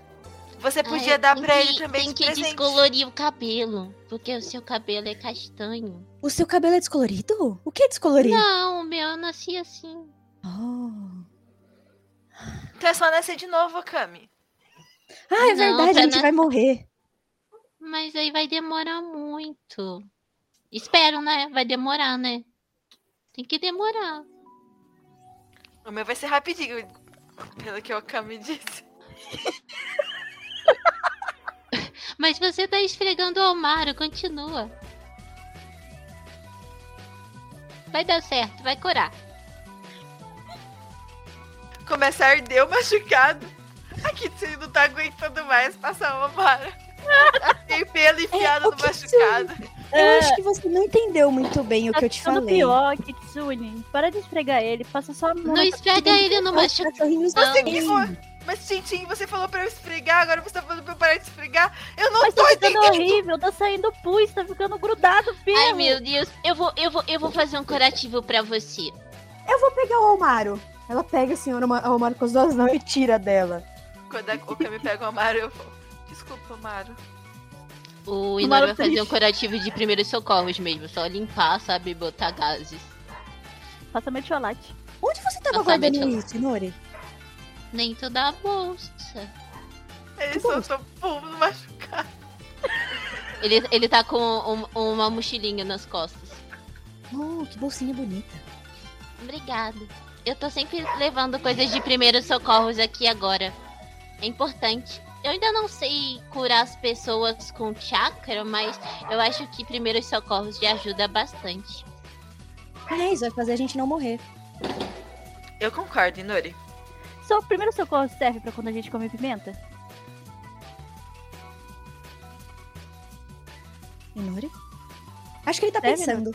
E: Você podia
G: Ai,
E: dar
G: tem
E: pra
G: Ah, que-
E: ele também
G: Tem
E: de
G: que
E: presente.
G: descolorir o cabelo, porque o seu cabelo é castanho.
F: O seu cabelo é descolorido? O que é descolorido?
G: Não, o meu eu nasci assim.
F: Oh.
E: Então é só nascer de novo, Kami.
F: Ah, é
G: Não,
F: verdade,
G: pra
F: a gente
G: nas-
F: vai morrer.
G: Mas aí vai demorar muito. Espero, né? Vai demorar, né? Tem que demorar.
E: O meu vai ser rapidinho, pelo que o Kami disse.
G: Mas você tá esfregando o Almaro, continua. Vai dar certo, vai curar.
E: Começa a arder o machucado. Aqui você não tá aguentando mais passar uma vara. Tem pelo enfiado
F: É, o
E: no
F: que
E: machucado.
F: Eu acho que você não entendeu muito bem o
B: Tá
F: que eu te
B: ficando
F: falei.
B: pior, Kitsune. Para de esfregar ele, passa só a mão.
G: Não tá esfrega ele no
F: Os
G: machucado.
F: cachorrinhos
G: Não.
F: não.
E: Que foi? Mas, Tintin, você falou pra eu esfregar, agora você tá falando pra eu parar de esfregar. Eu não
B: Mas
E: tô
B: tá ficando
E: entendendo.
B: horrível, tá saindo pus, tá ficando grudado, filho.
G: Ai, meu Deus. Eu vou, eu vou, eu vou fazer um curativo pra você.
F: Eu vou pegar o Almaro. Ela pega assim, o Alma- o Almaro com as duas mãos e tira dela.
E: Quando a- o Kami pega o Amaro, eu vou. Desculpa, Amaro.
G: O
B: Tomara
G: Inori vai fazer
B: triste.
G: um curativo de primeiros socorros mesmo, só limpar, sabe, e botar gases.
B: Passa metiolate.
F: Onde você tava
G: Exatamente,
F: guardando isso, Nori?
G: Dentro da bolsa.
E: Ele
F: Então,
E: soltou pum no machucado.
G: Ele, ele tá com um- uma mochilinha nas costas.
F: Oh, que bolsinha bonita.
G: Obrigada. Eu tô sempre levando coisas de primeiros socorros aqui agora. É importante. Eu ainda não sei curar as pessoas com chakra, mas eu acho que primeiros socorros já ajuda bastante.
F: É, isso vai fazer a gente não morrer.
E: Eu concordo, Inori.
B: Só o primeiro socorro serve pra quando a gente come pimenta?
F: E Nori? Acho que ele tá
B: Deve,
F: pensando.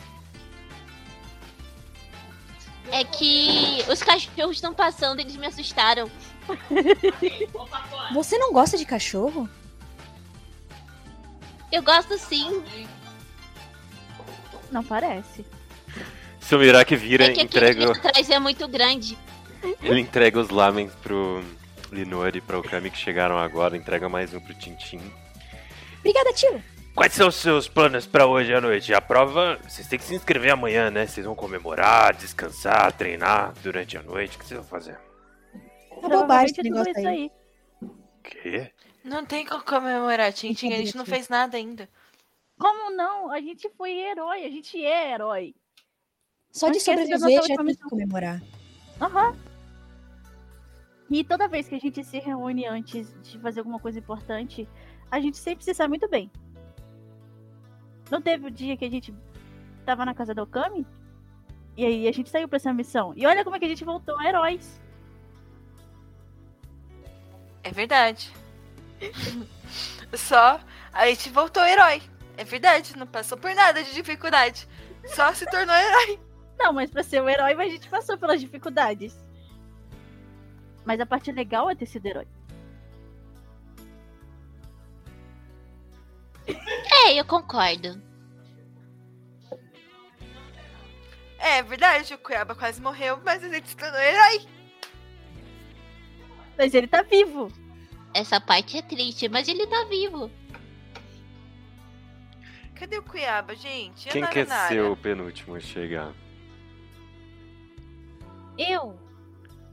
G: É que os cachorros estão passando, eles me assustaram.
F: Você não gosta de cachorro?
G: Eu gosto sim. é
B: Não parece.
A: Se o Miraki vira,
G: É que aqui
A: entrega,
G: atrás é muito grande.
A: ele entrega os lamens pro Linori e pra Okami que chegaram agora, entrega mais um pro Tintin.
F: Obrigada, tio.
A: Quais são os seus planos pra hoje à noite? A prova, vocês têm que se inscrever amanhã, né? Vocês vão comemorar, descansar, treinar durante a noite. O que vocês vão fazer?
F: É bobagem esse
B: é tudo
F: negócio
B: isso
F: aí.
B: aí.
A: Quê?
E: Não tem como comemorar, Tintin. A gente não fez nada ainda.
B: Como não? A gente foi herói, a gente é herói.
F: Só
B: Não
F: de
B: esqueça da
F: sobreviver
B: nossa
F: já tem que
B: última
F: comemorar.
B: Aham. E toda vez que a gente se reúne antes de fazer alguma coisa importante, a gente sempre se sai muito bem. Não teve o dia que a gente tava na casa do Okami? E aí a gente saiu pra essa missão. E olha como é que a gente voltou heróis.
E: É verdade. Só a gente voltou herói. É verdade, não passou por nada de dificuldade. Só se tornou herói.
B: Não, mas pra ser um herói a gente passou pelas dificuldades. Mas a parte legal é ter sido herói.
G: É, eu concordo.
E: É verdade, o Cuiaba quase morreu, mas a gente se tornou herói.
B: Mas ele tá vivo.
G: Essa parte é triste, mas ele tá vivo.
E: Cadê o Cuiaba, gente? E a
A: Quem é
E: Nara
A: quer
E: Nara?
A: ser o penúltimo a chegar?
H: Eu?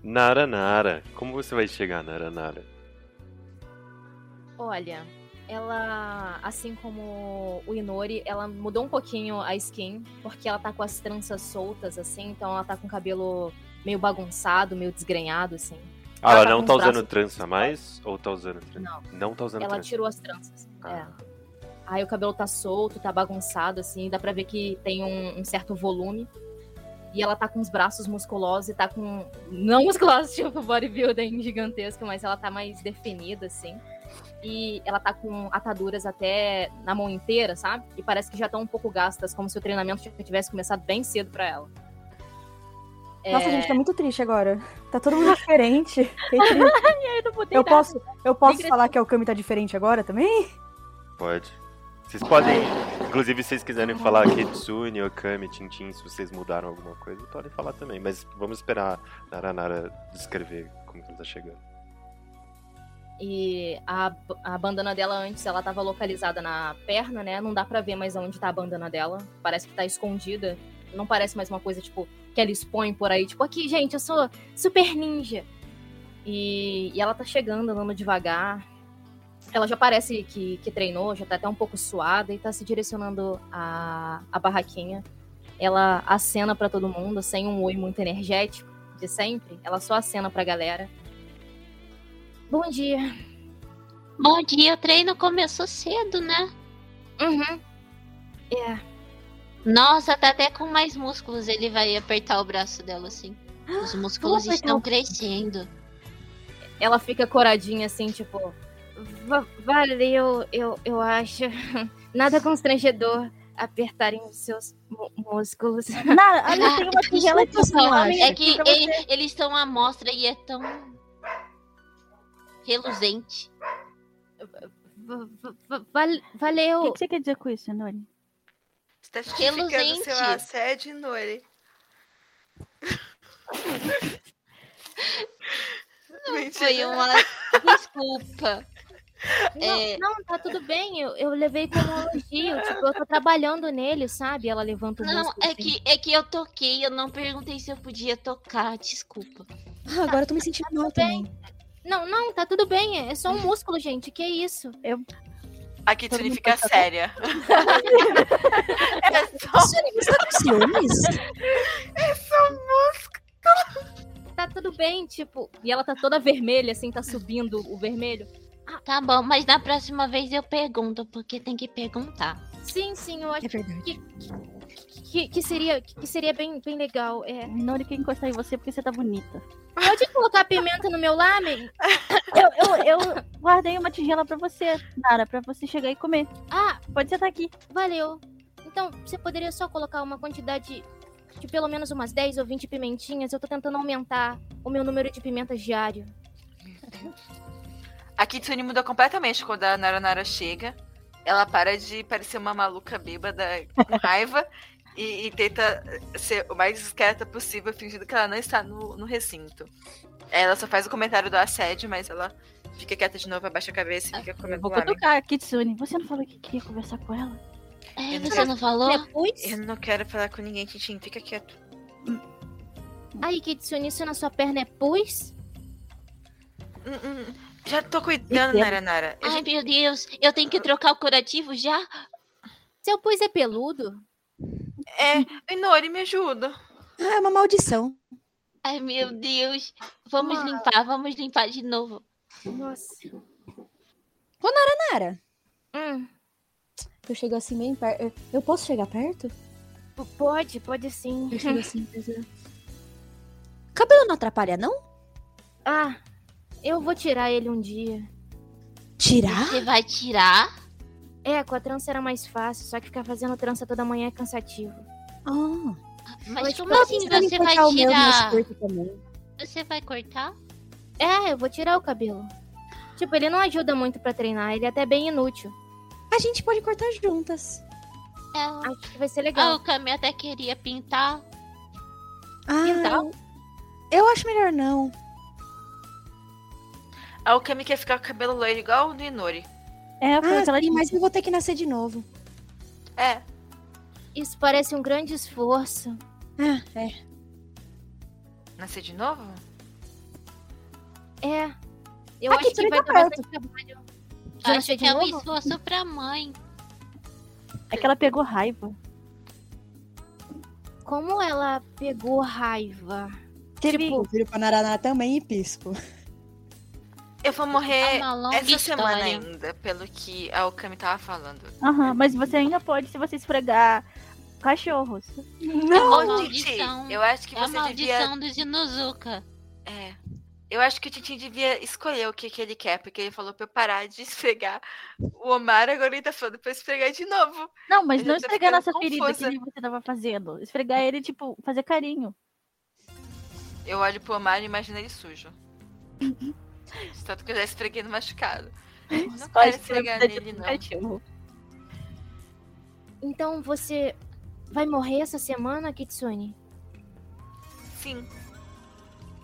A: Nara Nara. Como você vai chegar, Nara Nara?
H: Olha, ela, assim como o Inori, ela mudou um pouquinho a skin, porque ela tá com as tranças soltas, assim, então ela tá com o cabelo meio bagunçado, meio desgrenhado, assim.
A: Ah,
H: Ela
A: ela,
H: tá
A: não
H: com
A: tá
H: os braços
A: usando trança mais? Ou tá usando trança?
H: Não.
A: tá usando
H: Ela
A: trança.
H: tirou as tranças.
A: Ah.
H: É. Aí o cabelo tá solto, tá bagunçado, assim, dá pra ver que tem um, um certo volume. E ela tá com os braços musculosos e tá com. Não musculosos, tipo bodybuilding gigantesco, mas ela tá mais definida, assim. E ela tá com ataduras até na mão inteira, sabe? E parece que já estão um pouco gastas, como se o treinamento já tivesse começado bem cedo pra ela.
I: Nossa,
H: É,
I: gente, tá muito triste agora. Tá todo mundo diferente. Fiquei triste.
B: Eu não botei
I: Eu
B: nada.
I: posso, eu posso
H: Regressão.
I: falar que a Okami tá diferente agora também?
A: Pode. Vocês podem. Inclusive, se vocês quiserem falar Kitsune, Okami, Tintin, se vocês mudaram alguma coisa, podem falar também. Mas vamos esperar a Nara Nara descrever como que ela tá chegando.
H: E a, a bandana dela antes, ela tava localizada na perna, né? Não dá pra ver mais onde tá a bandana dela. Parece que tá escondida. Não parece mais uma coisa, tipo, que ela expõe por aí. Tipo, aqui, gente, eu sou super ninja. E, e ela tá chegando, andando devagar. Ela já parece que, que treinou, já tá até um pouco suada e tá se direcionando à, à barraquinha. Ela acena pra todo mundo, sem um oi muito energético de sempre. Ela só acena pra galera. Bom dia.
G: Bom dia, o treino começou cedo, né?
H: Uhum. É.
G: Nossa, tá até com mais músculos. Ele vai apertar o braço dela assim. Os músculos
I: Vamos apertar
B: então
G: estão crescendo.
H: Ela fica coradinha assim, tipo. "Va- Valeu, eu, eu acho. Nada constrangedor apertarem os seus mu- músculos.
B: Nara, olha, tem uma tigela de
I: Desculpa,
B: salame.
I: Paulo,
G: É que
B: Pra você.
G: ele- eles estão à mostra e é tão reluzente.
H: Va- va- va- val- Valeu.
B: O que que você quer dizer com isso, Nori?
E: Você tá justificando seu
G: Reluzente.
E: assédio, Nori. Mentira.
G: Foi uma desculpa. É,
H: Não, tá tudo bem. Eu, eu levei como um elogio. Tipo, eu tô trabalhando nele, sabe? Ela levanta o
G: não,
H: músculo.
G: é
H: assim.
G: que, é que eu toquei, eu não perguntei se eu podia tocar, desculpa.
F: Ah, agora eu tô me sentindo mal também.
H: Não, não, tá tudo bem. É só um músculo, gente. Que isso?
E: A Kitsune
B: mundo
E: fica
B: tá bom?
E: séria. é só
F: Sônia, você tá com ciúmes?
H: Tá tudo bem, tipo. E ela tá toda vermelha, assim, tá subindo o vermelho.
B: Ah.
G: Tá bom, mas na próxima vez eu pergunto, porque tem que perguntar.
H: Sim, sim, eu acho
F: É verdade.
H: que, que seria, que seria bem, bem legal. É.
B: Nori quer encostar em você porque você tá bonita.
H: Pode colocar pimenta no meu lamen?
B: Eu, eu, eu guardei uma tigela pra você, Nara, pra você chegar e comer.
H: Ah,
B: Pode sentar aqui.
H: valeu. Então, você poderia só colocar uma quantidade de pelo menos umas 10 ou 20 pimentinhas? Eu tô tentando aumentar o meu número de pimentas diário.
E: A Kitsune mudou completamente quando a Nara Nara chega. Ela para de parecer uma maluca bêbada com raiva e, e tenta ser o mais discreta possível, fingindo que ela não está no, no recinto. Ela só faz o comentário do assédio, mas ela fica quieta de novo, abaixa a cabeça e fica
B: Ah, Eu
E: comendo
B: vou
E: lamen.
B: cutucar a Kitsune. Você não falou que queria conversar com ela?
G: É,
E: Eu não
G: você
E: quero-
G: não falou?
H: é Depois.
E: Eu não quero falar com ninguém, Tintin, fica quieto.
H: Aí, Kitsune, isso na sua perna é pus?
E: Hum, hum, Já tô cuidando,
B: Entendo.
E: Nara Nara. Eu já-
G: Ai, meu Deus, eu tenho que trocar o curativo já?
H: Seu pus é peludo?
E: É, Inori, me ajuda.
F: Ah, é uma maldição.
G: Ai, meu Deus. Vamos limpar, vamos limpar de novo.
H: Nossa.
F: Nara,
H: Hum,
F: eu chego assim meio perto. Eu- Eu posso chegar perto?
H: p- pode, pode sim.
F: Eu chego assim, mas eu- Cabelo não atrapalha, não?
H: Ah, eu vou tirar ele um dia.
F: Tirar?
G: Você vai tirar?
H: É, com a trança era mais fácil, só que ficar fazendo trança toda manhã é cansativo.
F: Ah. então
G: Mas
H: Mas
G: como
H: não,
G: assim
F: Vocês querem
G: você vai
F: cortar o meu,
G: tirar?
F: mas curto também.
G: Você vai cortar?
H: É, eu vou tirar o cabelo. Tipo, ele não ajuda muito pra treinar, ele é até bem inútil.
F: A gente pode cortar juntas.
G: É.
H: Acho que vai ser
G: Ah,
H: legal.
G: o Kami até queria pintar.
F: Ah,
H: Então?
F: eu acho melhor não.
E: A Okami quer ficar com o cabelo loiro igual o do Inori.
B: É, foi
F: Ah,
B: o que ela
F: sim,
B: disse.
F: mas eu vou ter que nascer de novo.
E: É.
H: Isso parece um grande esforço.
F: Ah, é.
E: Nascer de novo?
H: É. Eu
F: Aqui,
H: acho que
F: também
H: vai
F: tá
H: dar bastante trabalho. Já
G: Acho
H: nasceu
G: que
H: de
G: é um
H: novo?
G: esforço pra mãe.
B: É que ela pegou raiva.
H: Como ela pegou raiva.
F: Tipo, viro pra Naraná também e pisco.
E: Eu vou
G: É
E: morrer
G: uma longa
E: essa semana
G: história.
E: ainda, pelo que a Okami tava falando.
B: Aham, mas você ainda pode se você esfregar cachorros.
G: É uma
E: Ô, Titi,
G: maldição.
E: eu acho que
G: É a
E: você devia.
G: maldição do Jinuzuka.
E: É. Eu acho que o Tintin devia escolher o que, que ele quer, porque ele falou pra eu parar de esfregar o Omar, agora ele tá falando pra eu esfregar de novo.
B: Não, mas
E: Eu
B: não
E: já tô
B: esfregar
E: ficando
B: nossa ferida que
E: confusa.
B: nem você tava fazendo. Esfregar ele, tipo, fazer carinho.
E: Eu olho pro Omar e imagino ele sujo.
G: Uhum.
E: Tanto que eu já esfreguei no machucado. Não quero
B: Pode
E: esfregar
B: esfregar
E: nele,
B: de
E: não.
B: cachorro.
H: Então você vai morrer essa semana, Kitsune?
E: Sim.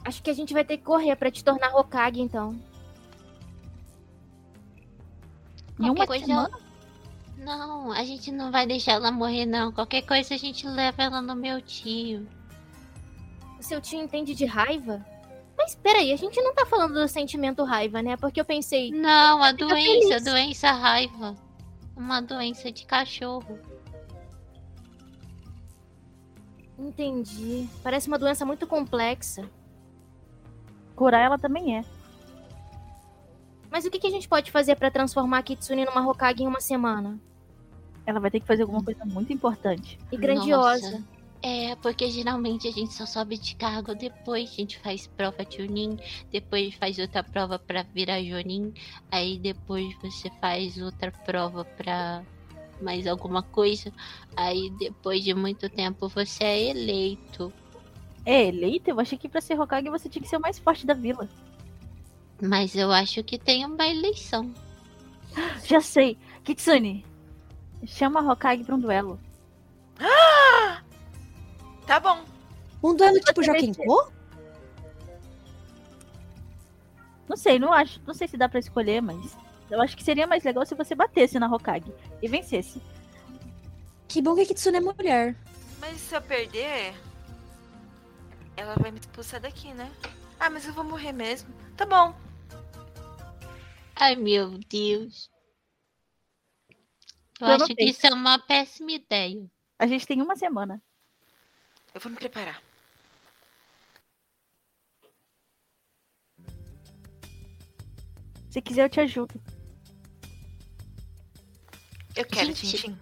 H: Acho que a gente vai ter que correr pra te tornar Hokage, então.
B: Em uma
G: Qualquer coisa-
B: semana?
G: Não, a gente não vai deixar ela morrer, não. Qualquer coisa a gente leva ela no meu tio.
H: O seu tio entende de raiva? Mas peraí, a gente não tá falando do sentimento raiva, né? Porque eu pensei,
G: Não, a
H: Fica
G: doença, a
H: feliz.
G: doença raiva. Uma doença de cachorro.
H: entendi. Parece uma doença muito complexa.
B: Curar ela também é.
H: Mas o que, que a gente pode fazer pra transformar a Kitsune numa Hokage em uma semana?
B: Ela vai ter que fazer alguma coisa muito importante.
H: E grandiosa.
G: Nossa. É, porque geralmente a gente só sobe de cargo depois. A gente faz prova Chunin, depois faz outra prova pra virar Jonin, aí depois você faz outra prova pra mais alguma coisa. Aí depois de muito tempo você é eleito.
B: É eleita? Eu achei que pra ser Hokage você tinha que ser o mais forte da vila.
G: Mas eu acho que tem uma eleição.
B: Já sei. Kitsune, chama a Hokage pra um duelo.
E: Tá bom.
F: Um duelo tipo
B: Você vai
F: Joaquim
B: ser.
F: Pô?
B: Não sei, não acho. Não sei se dá pra escolher, mas. Eu acho que seria mais legal se você batesse na Hokage e vencesse.
F: Que bom que a Kitsune é mulher.
E: Mas se eu perder, ela vai me expulsar daqui, né? Ah, mas eu vou morrer mesmo. Tá bom.
G: Ai meu Deus.
B: Eu
G: Eu,
B: não
G: acho que
B: sei.
G: isso é uma péssima ideia.
B: A gente tem uma semana.
E: Eu vou me preparar.
B: Se quiser, eu te ajudo.
E: Eu quero,
G: Gente.
E: Tintin.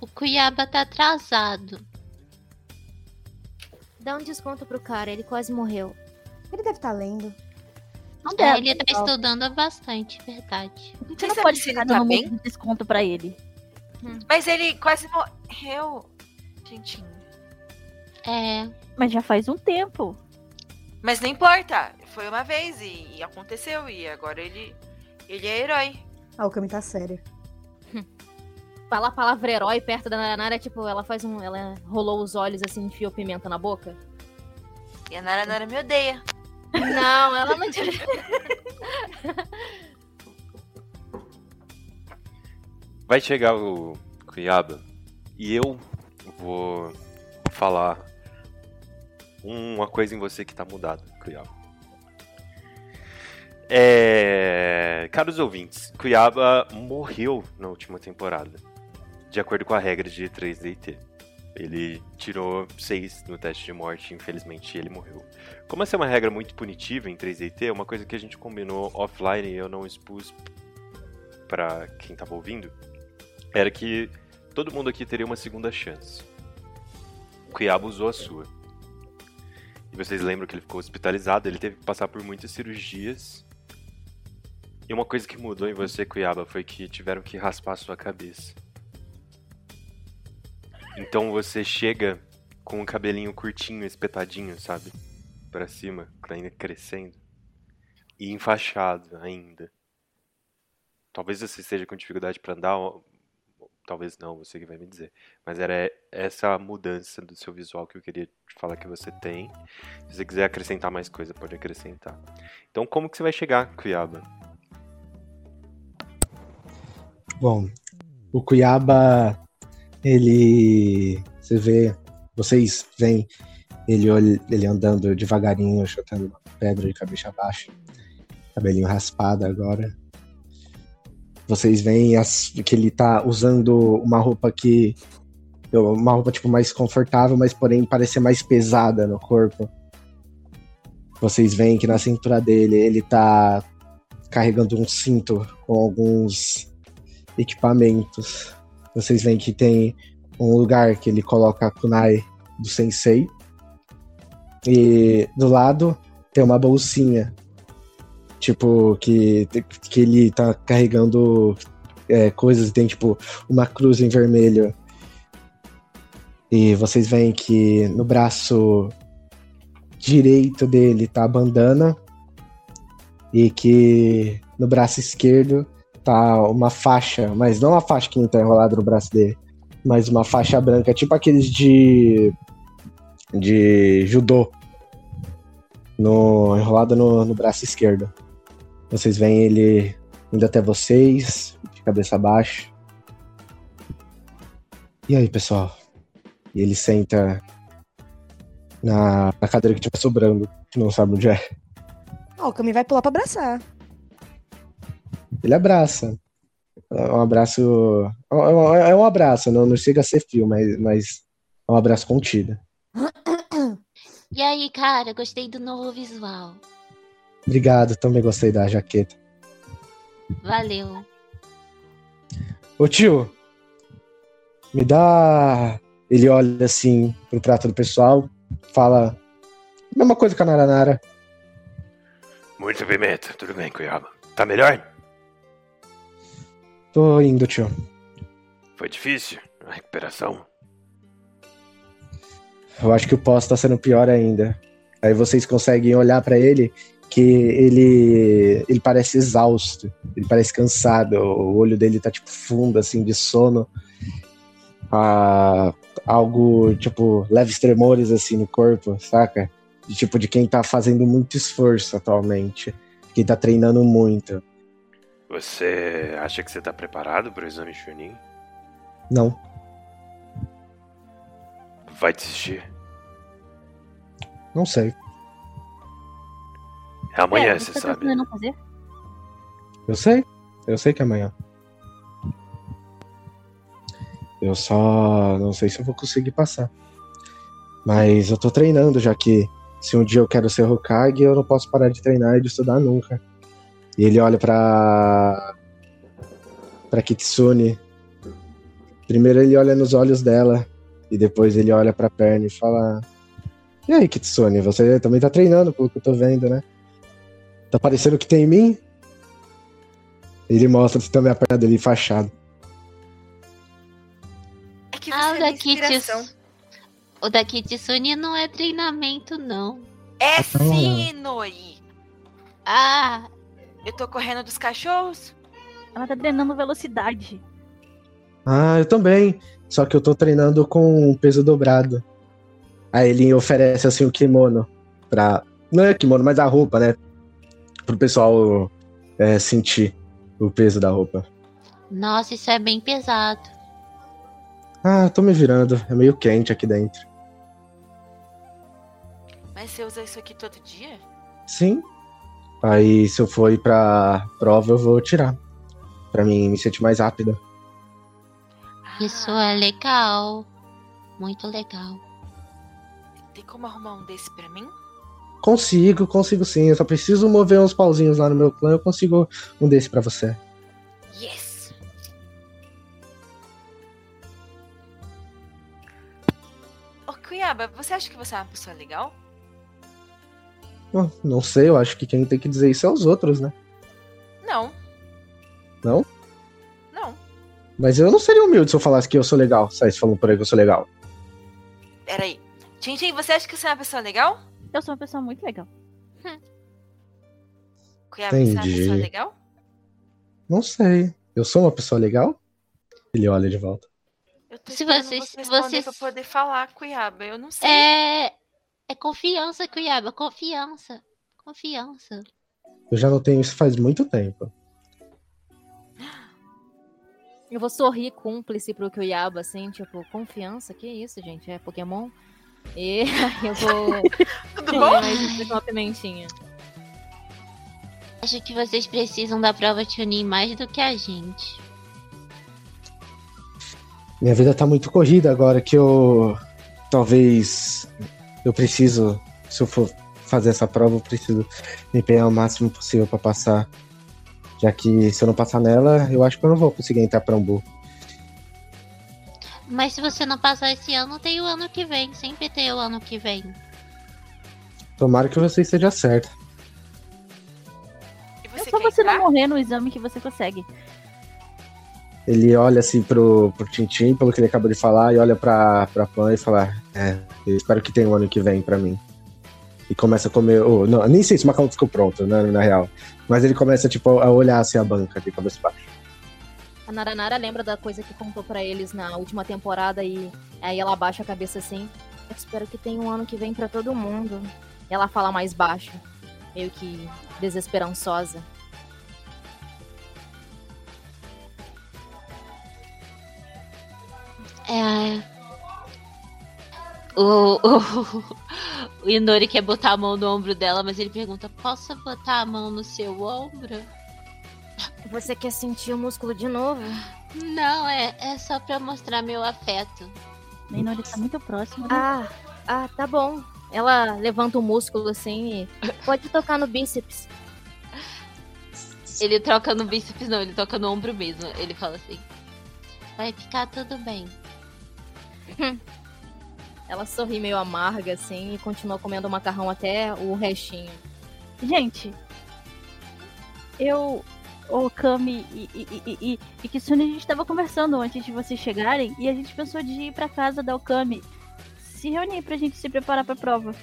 G: O Cuiaba tá atrasado.
H: Dá um desconto pro cara, ele quase morreu.
F: Ele deve estar lendo.
B: Não
G: É,
B: deve.
G: ele tá estudando bastante, verdade.
B: Você
E: Você
B: não
E: sabe
B: pode
E: se ele
B: ficar
E: tá
B: dando
E: bem?
B: muito desconto pra ele.
E: Mas ele quase morreu. Tintin.
G: É,
B: Mas já faz um tempo.
E: Mas não importa. Foi uma vez e, e aconteceu. E agora ele. Ele é herói.
F: Ah, o Kami tá sério.
H: Falar a palavra herói perto da Naranara é tipo, ela faz um. Ela rolou os olhos assim, enfiou pimenta na boca.
E: E a Nara Nara me odeia.
H: Não, ela não te
A: Vai chegar o Cuiaba e eu vou falar uma coisa em você que tá mudada, Cuiaba. É... Caros ouvintes, Cuiaba morreu na última temporada, de acordo com a regra de 3DT. Ele tirou 6 no teste de morte, infelizmente ele morreu. Como essa é uma regra muito punitiva em 3DT, é uma coisa que a gente combinou offline e eu não expus pra quem tava ouvindo, era que todo mundo aqui teria uma segunda chance. O Quiabo usou a sua. E vocês lembram que ele ficou hospitalizado, ele teve que passar por muitas cirurgias. E uma coisa que mudou em você, Cuiaba, foi que tiveram que raspar a sua cabeça. Então você chega com um o cabelinho curtinho, espetadinho, sabe? Pra cima, ainda tá crescendo. E enfaixado ainda. Talvez você esteja com dificuldade pra andar, ou- talvez não, você que vai me dizer. Mas era essa mudança do seu visual que eu queria te falar que você tem. Se você quiser acrescentar mais coisa, pode acrescentar. Então, como que você vai chegar, Cuiaba?
C: Bom, o Cuiaba, ele. Você vê, vocês veem ele, ol- ele andando devagarinho, chutando uma pedra de cabeça abaixo, cabelinho raspado agora. Vocês veem as- que ele tá usando uma roupa que. Uma roupa tipo mais confortável, mas porém parecer mais pesada no corpo. Vocês veem que na cintura dele ele tá carregando um cinto com alguns equipamentos. Vocês veem que tem um lugar que ele coloca a kunai do sensei. E do lado tem uma bolsinha. Tipo, que, que ele tá carregando é, coisas. Tem, tipo, uma cruz em vermelho. E vocês veem que no braço direito dele tá a bandana. E que no braço esquerdo tá uma faixa, mas não a faixa que tá enrolada no braço dele, mas uma faixa branca, tipo aqueles de de judô no enrolada no, no braço esquerdo. Vocês veem ele indo até vocês, de cabeça baixa. E aí, pessoal? E ele senta na, na cadeira que tiver sobrando, que não sabe onde é.
F: Ó, Ah, o Cami vai pular pra abraçar.
C: Ele abraça. É um abraço. É um, é um abraço, não, não chega a ser frio, mas, mas é um abraço contido.
G: E aí, cara, gostei do novo visual.
C: Obrigado, também gostei da jaqueta.
G: Valeu.
C: Ô tio, me dá. Ele olha assim pro prato do pessoal, fala. Mesma coisa com a Naranara.
A: Muito pimenta, tudo bem, Cuiaba. Tá melhor?
C: Tô indo, tio.
A: Foi difícil a recuperação?
C: Eu acho que o pós tá sendo pior ainda. Aí vocês conseguem olhar pra ele que ele ele parece exausto, ele parece cansado, o olho dele tá tipo fundo assim de sono. Ah, algo tipo leves tremores assim no corpo, saca? De tipo de quem tá fazendo muito esforço atualmente, quem tá treinando muito.
A: Você acha que você tá preparado pro exame Chunin?
C: Não,
A: Vai desistir?
C: não sei.
A: É amanhã,
B: Pera,
A: você
B: tá
A: sabe.
B: pensando em não fazer?
C: Eu sei, eu sei que é amanhã. Eu só não sei se eu vou conseguir passar. Mas eu tô treinando, já que se um dia eu quero ser Hokage, eu não posso parar de treinar e de estudar nunca. E ele olha pra. pra Kitsune. Primeiro ele olha nos olhos dela, e depois ele olha pra perna e fala: E aí, Kitsune, você também tá treinando, pelo que eu tô vendo, né? Tá parecendo que tem em mim? Ele mostra também a perna dele fachada.
E: É que você
G: Ah,
E: é
G: o
E: minha
G: da Kitsu.
E: inspiração.
G: O da Kitsune não é treinamento, não.
E: É
C: Então-
E: sim, Noi.
G: Ah,
E: Eu tô correndo dos cachorros.
B: Ela tá treinando velocidade.
C: Ah, eu também. Só que eu tô treinando com um peso dobrado. Aí ele oferece assim o kimono pra. Não é kimono, mas a roupa, né? Pro pessoal é, sentir o peso da roupa.
G: nossa, isso é bem pesado.
C: Ah, tô me virando. É meio quente aqui dentro.
E: Mas você usa isso aqui todo dia?
C: Sim. Aí se eu for ir pra prova, eu vou tirar. Pra mim me sentir mais rápida.
G: Isso
E: Ah,
G: é legal. Muito legal.
E: Tem como arrumar um desse pra mim?
C: Consigo, consigo sim. Eu só preciso mover uns pauzinhos lá no meu clã. Eu consigo um desse pra você.
E: Yes! Ô, Cunhaba, você acha que você é uma pessoa legal?
C: Não, Ah, não sei, eu acho que quem tem que dizer isso é os outros, né?
E: Não.
C: Não?
E: Não.
C: Mas eu não seria humilde se eu falasse que eu sou legal, saísse falando por aí que eu sou legal.
E: Peraí. Tintin, você acha que você é uma pessoa legal?
B: Eu sou uma pessoa muito legal.
E: Cuiabá, você é uma
C: Entendi.
E: pessoa legal?
C: Não sei. Eu sou uma pessoa legal? Ele olha de volta.
E: Eu tô
G: Se
E: esperando
G: vocês-
E: você responder
G: vocês-
E: pra poder falar, Cuiabá. Eu não sei.
G: É, é confiança, Cuiaba, confiança. Confiança.
C: Eu já não tenho isso faz muito tempo.
H: Eu vou sorrir cúmplice pro Kyuyaba, assim, tipo, confiança, que isso, gente, é Pokémon? E aí eu vou
E: Tudo
H: Sim,
E: bom?
H: mas depois uma pimentinha.
G: Acho que vocês precisam da prova Tuning mais do que a gente.
C: Minha vida tá muito corrida agora que eu. Talvez. Eu preciso. Se eu for fazer essa prova, eu preciso me empenhar o máximo possível pra passar. Já que se eu não passar nela, eu acho que eu não vou conseguir entrar pra Umbu.
G: Mas se você não passar esse ano, tem o ano que vem. Sempre tem o ano que vem.
C: Tomara que você esteja certo.
E: E
B: É
E: você
B: só
E: quer
B: você
E: entrar?
B: não morrer no exame que você consegue.
C: Ele olha assim pro, pro Tintim, pelo que ele acabou de falar, e olha pra, pra Pan e fala: É, eu espero que tenha um ano que vem pra mim. E começa a comer. Oh, não, nem sei se o macarrão ficou pronto, né, na real. Mas ele começa, tipo, a olhar assim a banca de cabeça pra baixo.
H: A Naranara lembra da coisa que contou pra eles na última temporada e aí ela abaixa a cabeça assim. Eu espero que tenha um ano que vem pra todo mundo. E ela fala mais baixo, meio que desesperançosa.
G: É. O, o, o Inori quer botar a mão no ombro dela, mas ele pergunta: Posso botar a mão no seu ombro?
H: Você quer sentir o músculo de novo?
G: Não, é, é só pra mostrar meu afeto.
B: Menor tá muito próximo. né?
H: Ah, ah, tá bom. Ela levanta o músculo assim e pode tocar no bíceps.
G: Ele troca no bíceps, não, ele toca no ombro mesmo. Ele fala assim: Vai ficar tudo bem.
H: Ela sorri meio amarga assim e continua comendo o macarrão até o restinho.
B: Gente, eu, Okami e, e, e, e, e Kitsune, a gente tava conversando antes de vocês chegarem e a gente pensou de ir pra casa da Okami se reunir pra gente se preparar pra prova.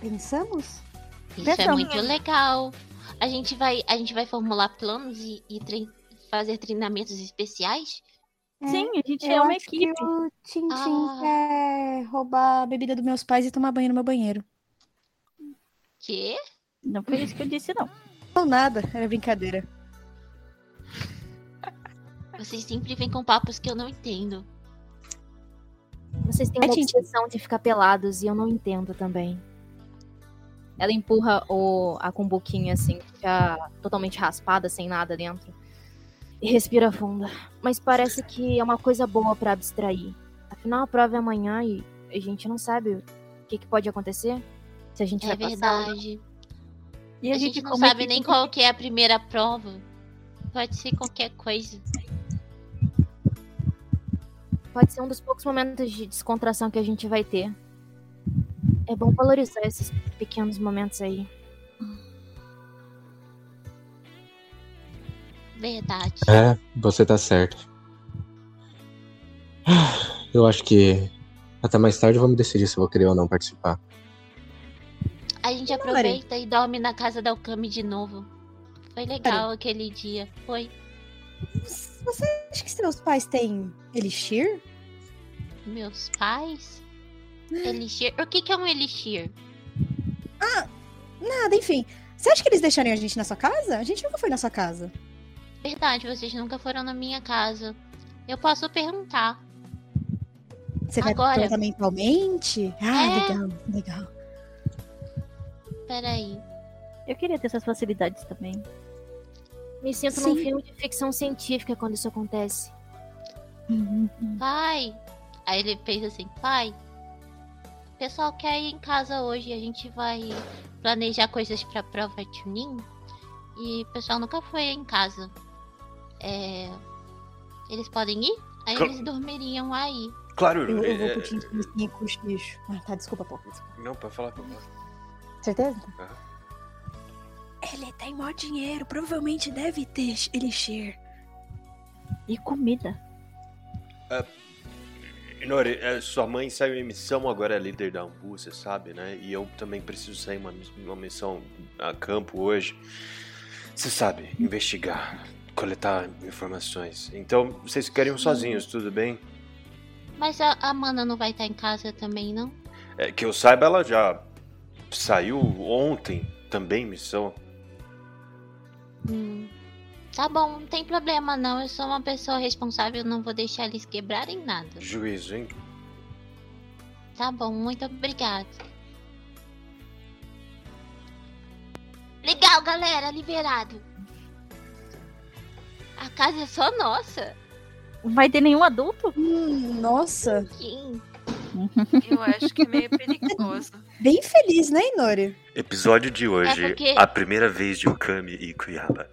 I: Pensamos?
G: Isso é
B: Pensamos.
G: muito legal. A gente vai, a gente vai formular planos e, e trein- fazer treinamentos especiais?
I: É,
B: Sim, a gente é
I: eu
B: uma
I: acho
B: equipe.
I: Que o Tintin
G: Ah.
I: quer roubar a bebida dos meus pais e tomar banho no meu banheiro.
G: Que?
B: Não foi isso que eu disse, não.
F: Não nada, era brincadeira.
G: Vocês sempre vêm com papos que eu não entendo.
H: Vocês têm
F: É,
H: uma
F: gente.
H: obsessão de ficar pelados e eu não entendo também. Ela empurra o, a cumbuquinha assim, já totalmente raspada, sem nada dentro. E respira fundo. Mas parece que é uma coisa boa pra abstrair. Afinal, a prova é amanhã e a gente não sabe o que, que pode acontecer. Se a gente
G: É
H: vai passar. ou não.
G: verdade.
B: E
G: A gente não
B: como
G: sabe
B: equipe,
G: nem
B: a gente
G: qual que é a primeira prova. Pode ser qualquer coisa.
H: Pode ser um dos poucos momentos de descontração que a gente vai ter. É bom valorizar esses pequenos momentos aí.
G: Verdade.
C: É, você tá certo. Eu acho que até mais tarde eu vou me decidir se eu vou querer ou não participar.
G: A gente
F: Não, Lore.
G: aproveita e dorme na casa da Okami de novo. Foi legal aquele dia. Foi.
F: Você acha que seus pais têm elixir?
G: Meus pais. Elixir. O que, que é um elixir?
F: Nada, enfim. Você acha que eles deixariam a gente na sua casa? A gente nunca foi na sua casa.
G: Verdade, vocês nunca foram na minha casa. Eu posso perguntar.
F: Você vai
G: Agora.
F: tratar mentalmente? Ah,
G: É.
F: legal, legal.
G: Peraí.
B: Eu queria ter essas facilidades também.
H: Me sinto num
F: Sim.
H: filme de ficção científica quando isso acontece.
F: Uhum.
G: Pai. Aí ele fez assim: Pai. O pessoal quer ir em casa hoje. A gente vai planejar coisas pra prova tuning. E o pessoal nunca foi em casa. É. Eles podem ir? Aí
A: Cla-
G: eles dormiriam aí.
A: Claro,
F: Eu, eu vou
A: é-
F: pro Tintin e com os bichos. Ah, tá, desculpa, pô.
A: Não, pra falar com
F: Certeza?
I: Ele tem tá maior dinheiro, provavelmente deve ter elixir.
B: E comida.
A: Minori, é, sua mãe saiu em missão, agora é líder da Ambu, você sabe, né? E eu também preciso sair uma, miss- uma missão a campo hoje. Você sabe, investigar, coletar informações. Então, vocês ficariam
G: Uhum.
A: sozinhos, tudo bem?
G: Mas a, a Mana não vai estar em casa também, não?
A: É, que eu saiba, ela já saiu ontem também em missão.
G: Hum. Tá bom, não tem problema não. Eu sou uma pessoa responsável, não vou deixar eles quebrarem nada.
A: Juízo, hein?
G: Tá bom, muito obrigado. Legal, galera, liberado. A casa é só nossa.
B: Não vai ter nenhum adulto?
F: Hum, nossa,
G: Sim.
E: Eu acho que é meio perigoso.
F: bem feliz, né, Inori?
A: Episódio de hoje,
G: É porque-
A: a primeira vez de Okami e Kuyaba.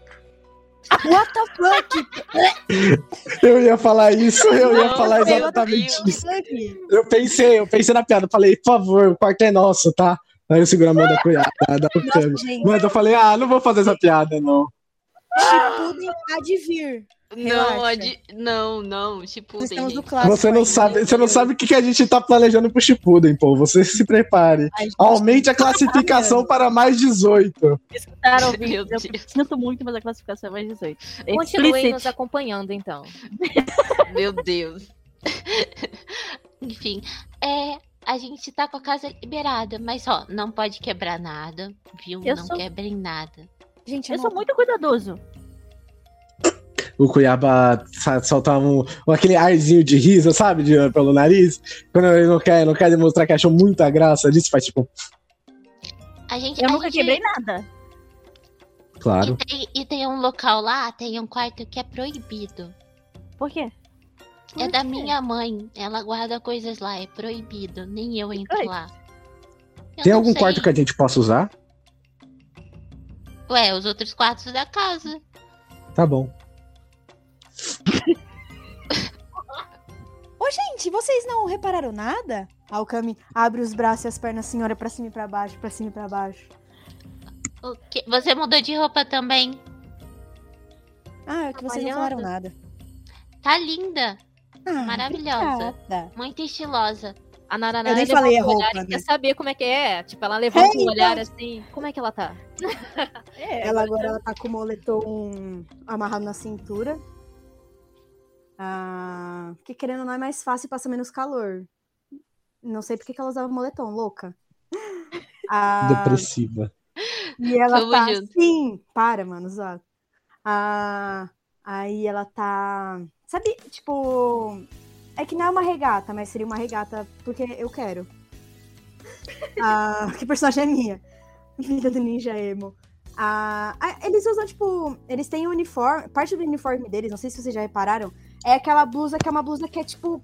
F: What the fuck?
C: Eu ia falar isso, eu ia
E: Não,
C: falar
E: meu
C: exatamente
E: Deus.
C: isso. Eu pensei, eu pensei na piada. Falei, por favor, o quarto é nosso, tá? Aí eu seguro a mão da cunhada, da Okami.
F: Nossa, gente,
C: Mas eu falei, ah, não vou fazer essa piada, não.
F: Shippuden há de vir.
G: Não,
F: Relaxa.
G: adi- não, não, tipo,
F: Nós temos o
G: gente.
F: clássico né?
C: você não
F: ainda.
C: sabe, você não sabe o que, que a gente tá planejando pro Shippuden, pô. Você se prepare.
F: A gente-
C: Aumente
G: tá
C: a classificação para mais 18.
B: Escutaram o vídeo.
G: Meu
B: Eu
G: Deus.
B: sinto muito, mas a classificação é mais 18.
H: Continuem nos
B: Explicit.
H: acompanhando, então.
G: Meu Deus. Enfim, é, a gente tá com a casa liberada, mas ó, não pode quebrar nada, viu?
B: Eu
G: não
B: sou-
G: quebrem nada.
F: Gente,
B: Eu
F: não-
B: sou muito cuidadoso.
C: O Cuiaba sa- soltava um, aquele arzinho de riso, sabe? de- pelo nariz. Quando ele não quer, não quer demonstrar que achou muita graça ali, se faz tipo,
G: A gente,
B: Eu
G: a
B: nunca
G: gente-
B: quebrei nada.
C: claro.
G: E tem, e tem um local lá, tem um quarto que é proibido.
B: Por quê?
G: é da minha mãe. Ela guarda coisas lá, é proibido. Nem eu entro
B: doido.
G: lá. Eu
C: Tem
G: não
C: algum
G: sei.
C: quarto que a gente possa usar?
G: Ué, os outros quartos da casa.
C: Tá bom.
F: Ô, gente, vocês não repararam nada? Alcami abre os braços e as pernas assim, olha pra cima e pra baixo, pra cima e pra baixo.
G: O quê? Você mudou de roupa também.
F: Ah, é que vocês não
H: Trabalhando.
F: falaram nada.
G: Tá linda.
F: Ah,
G: Maravilhosa.
F: obrigada.
G: Muito estilosa.
H: A Naraná
F: Eu nem
H: levanta
F: falei
H: o
F: a
H: olhar
F: roupa,
H: e
F: né? então.
H: quer saber como é que é. Tipo, ela levanta
F: Ei,
H: o olhar assim. Como é que ela tá?
B: É,
F: Ela agora ela tá com o moletom amarrado na cintura. Ah, porque querendo ou não é mais fácil e passa menos calor. Não sei por que que ela usava moletom, louca. Ah,
C: Depressiva.
F: E ela
G: Tamo
F: tá
G: junto.
F: assim. Para, mano, só. Ah, aí ela tá. Sabe, tipo. É que não é uma regata, mas seria uma regata porque eu quero. Ah, que personagem é minha? Vida do ninja emo. Ah, ah, eles usam, tipo. Eles têm um uniforme. Parte do uniforme deles, não sei se vocês já repararam, é aquela blusa que é uma blusa que é tipo.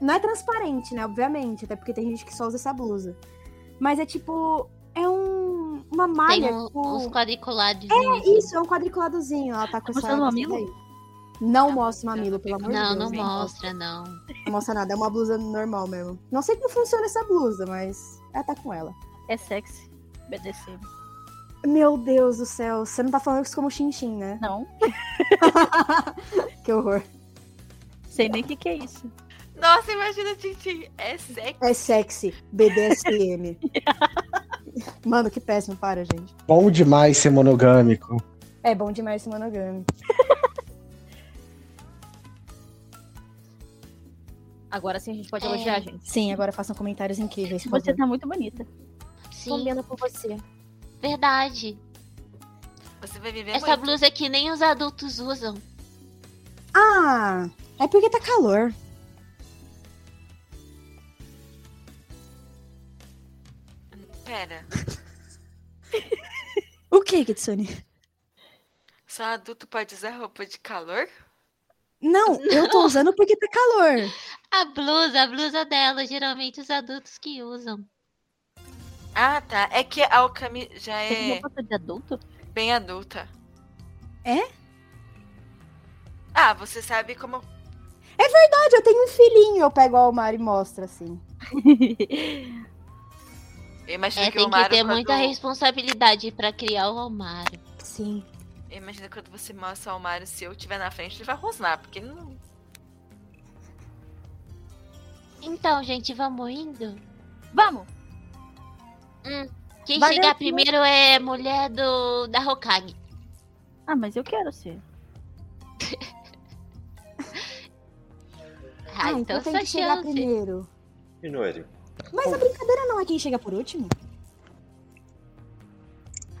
F: Não é transparente, né? Obviamente, até porque tem gente que só usa essa blusa. Mas é tipo. É um, uma malha.
G: tem um-
F: tipo-
G: uns quadriculados.
F: isso, é um quadriculadozinho. Ela tá com
B: Tá
F: essa.
B: mostrando o
F: com essa
B: mamilo?
F: daí. Não mostra o mamilo, pelo amor
G: Tá Não,
F: de Deus.
G: não mostra, não.
F: Não mostra nada. É uma blusa normal mesmo. Não sei como funciona essa blusa, mas ela tá com ela.
B: é sexy. BDC.
F: Meu Deus do céu. Você não tá falando isso como chin-chin, né?
B: Não.
F: Que horror.
B: Sei nem o que, que é isso.
E: Nossa, imagina, Tintin. É sexy.
F: É sexy. BDSM. Mano, que péssimo. Para, gente.
C: Bom demais ser monogâmico.
F: É bom demais esse monogame.
H: Agora sim a gente pode
G: É.
H: elogiar, gente.
F: Sim, agora façam comentários incríveis. por
B: Você
F: favor.
B: tá muito bonita.
G: Sim,
H: Combina com você.
G: verdade.
E: Você vai viver
G: Essa
E: muito.
G: blusa que nem os adultos usam.
F: Ah, é porque tá calor.
E: Pera,
F: O que, Kitsune?
E: só adulto pode usar roupa de calor?
F: Não, eu tô usando porque tá calor.
G: A blusa, a blusa dela, geralmente os adultos que usam.
E: Ah, tá. É que a Okami já
B: Você tem uma
E: é
B: foto de adulto?
E: bem adulta.
F: É?
E: Ah, você sabe como.
F: Verdade, eu tenho um filhinho, eu pego a Almar e mostro assim.
E: Eu imagino
G: É,
E: que o
G: tem que
E: Mario
G: ter
E: quando...
G: muita responsabilidade pra criar o Romário.
F: Sim.
E: Eu imagino que quando você mostra ao Mario, se eu estiver na frente, ele vai rosnar, porque ele não.
G: Então, gente, vamos indo.
B: Vamos!
G: Quem
I: Valeu,
G: chegar
I: sim.
G: primeiro é mulher do da Hokage.
B: Ah, mas eu quero ser.
G: Ah, então,
I: tem
G: sua
I: que chegar
G: chance.
I: primeiro.
A: Minori.
I: Mas a brincadeira não é quem chega por último?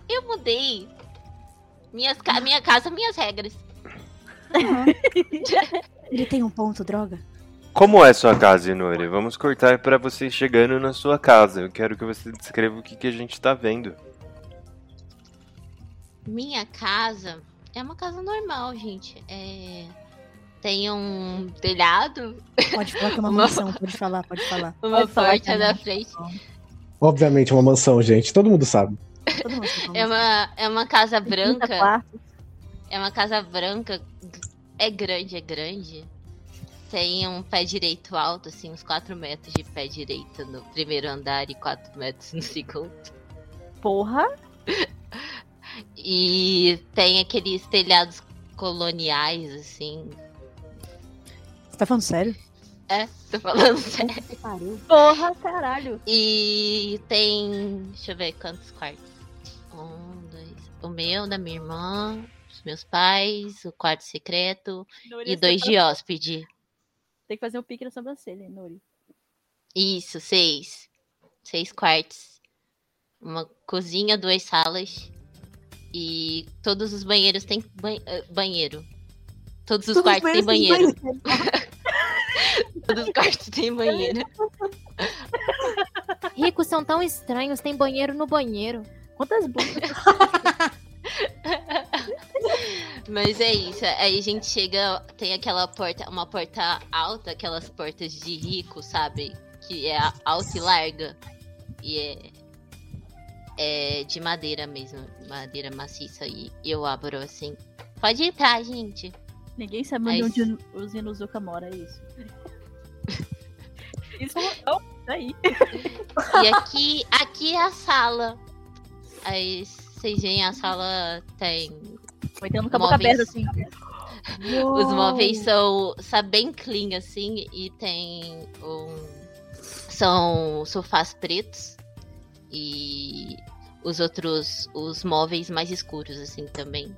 G: Eu mudei. Minhas, ca- minha casa, minhas regras.
I: Ele tem um ponto, droga.
A: Como é sua casa, Inori? Vamos cortar pra você chegando na sua casa. Eu quero que você descreva o que, que a gente tá vendo.
G: Minha casa é uma casa normal, gente. É... Tem um telhado,
I: Pode falar que é uma
G: Uma-
I: mansão, pode falar, pode falar.
G: uma
I: Pode falar
G: porta
I: que é
G: na
I: uma-
G: frente.
C: Obviamente é uma mansão, gente. Todo mundo sabe.
I: Todo mundo sabe
G: É uma, é uma casa
B: Quinta,
G: branca.
B: quarta.
G: É uma casa branca. É grande, é grande. Tem um pé direito alto, assim, uns 4 metros de pé direito no primeiro andar e 4 metros no segundo.
B: Porra!
G: E tem aqueles telhados coloniais, assim.
I: Você tá falando sério?
G: É, tô falando sério.
B: Porra, caralho!
G: E tem. Deixa eu ver quantos quartos. Um, dois. O meu, da minha irmã, dos meus pais, o quarto secreto
B: Nuri,
G: e
B: você
G: dois
B: fa-
G: de hóspede.
B: Tem que fazer um pique na sobrancelha, Nuri.
G: Isso, seis. Seis quartos. Uma cozinha, duas salas. E todos os banheiros têm ban- eh, banheiro. Todos os
I: Todos os
G: quartos têm
I: banheiros
G: banheiro.
I: têm
G: Todos os quartos têm banheiro.
H: Ricos são tão estranhos, tem banheiro no banheiro.
B: Quantas bundas?
G: Mas é isso. Aí a gente chega, tem aquela porta, uma porta alta, aquelas portas de rico, sabe? Que é a- alta e larga. E é. É de madeira mesmo, madeira maciça. E eu abro assim. Pode entrar, gente.
B: Ninguém sabe
G: Aí-
B: onde o Zinuzuka mora, é isso. isso é um- Aí.
G: E aqui, aqui é a sala. Aí vocês veem a sala tem.
B: Foi dando com a boca
G: Móveis.
B: aberta, assim.
G: Os móveis são sabe, bem clean, assim, e tem um. São sofás pretos e os outros. Os móveis mais escuros, assim, também.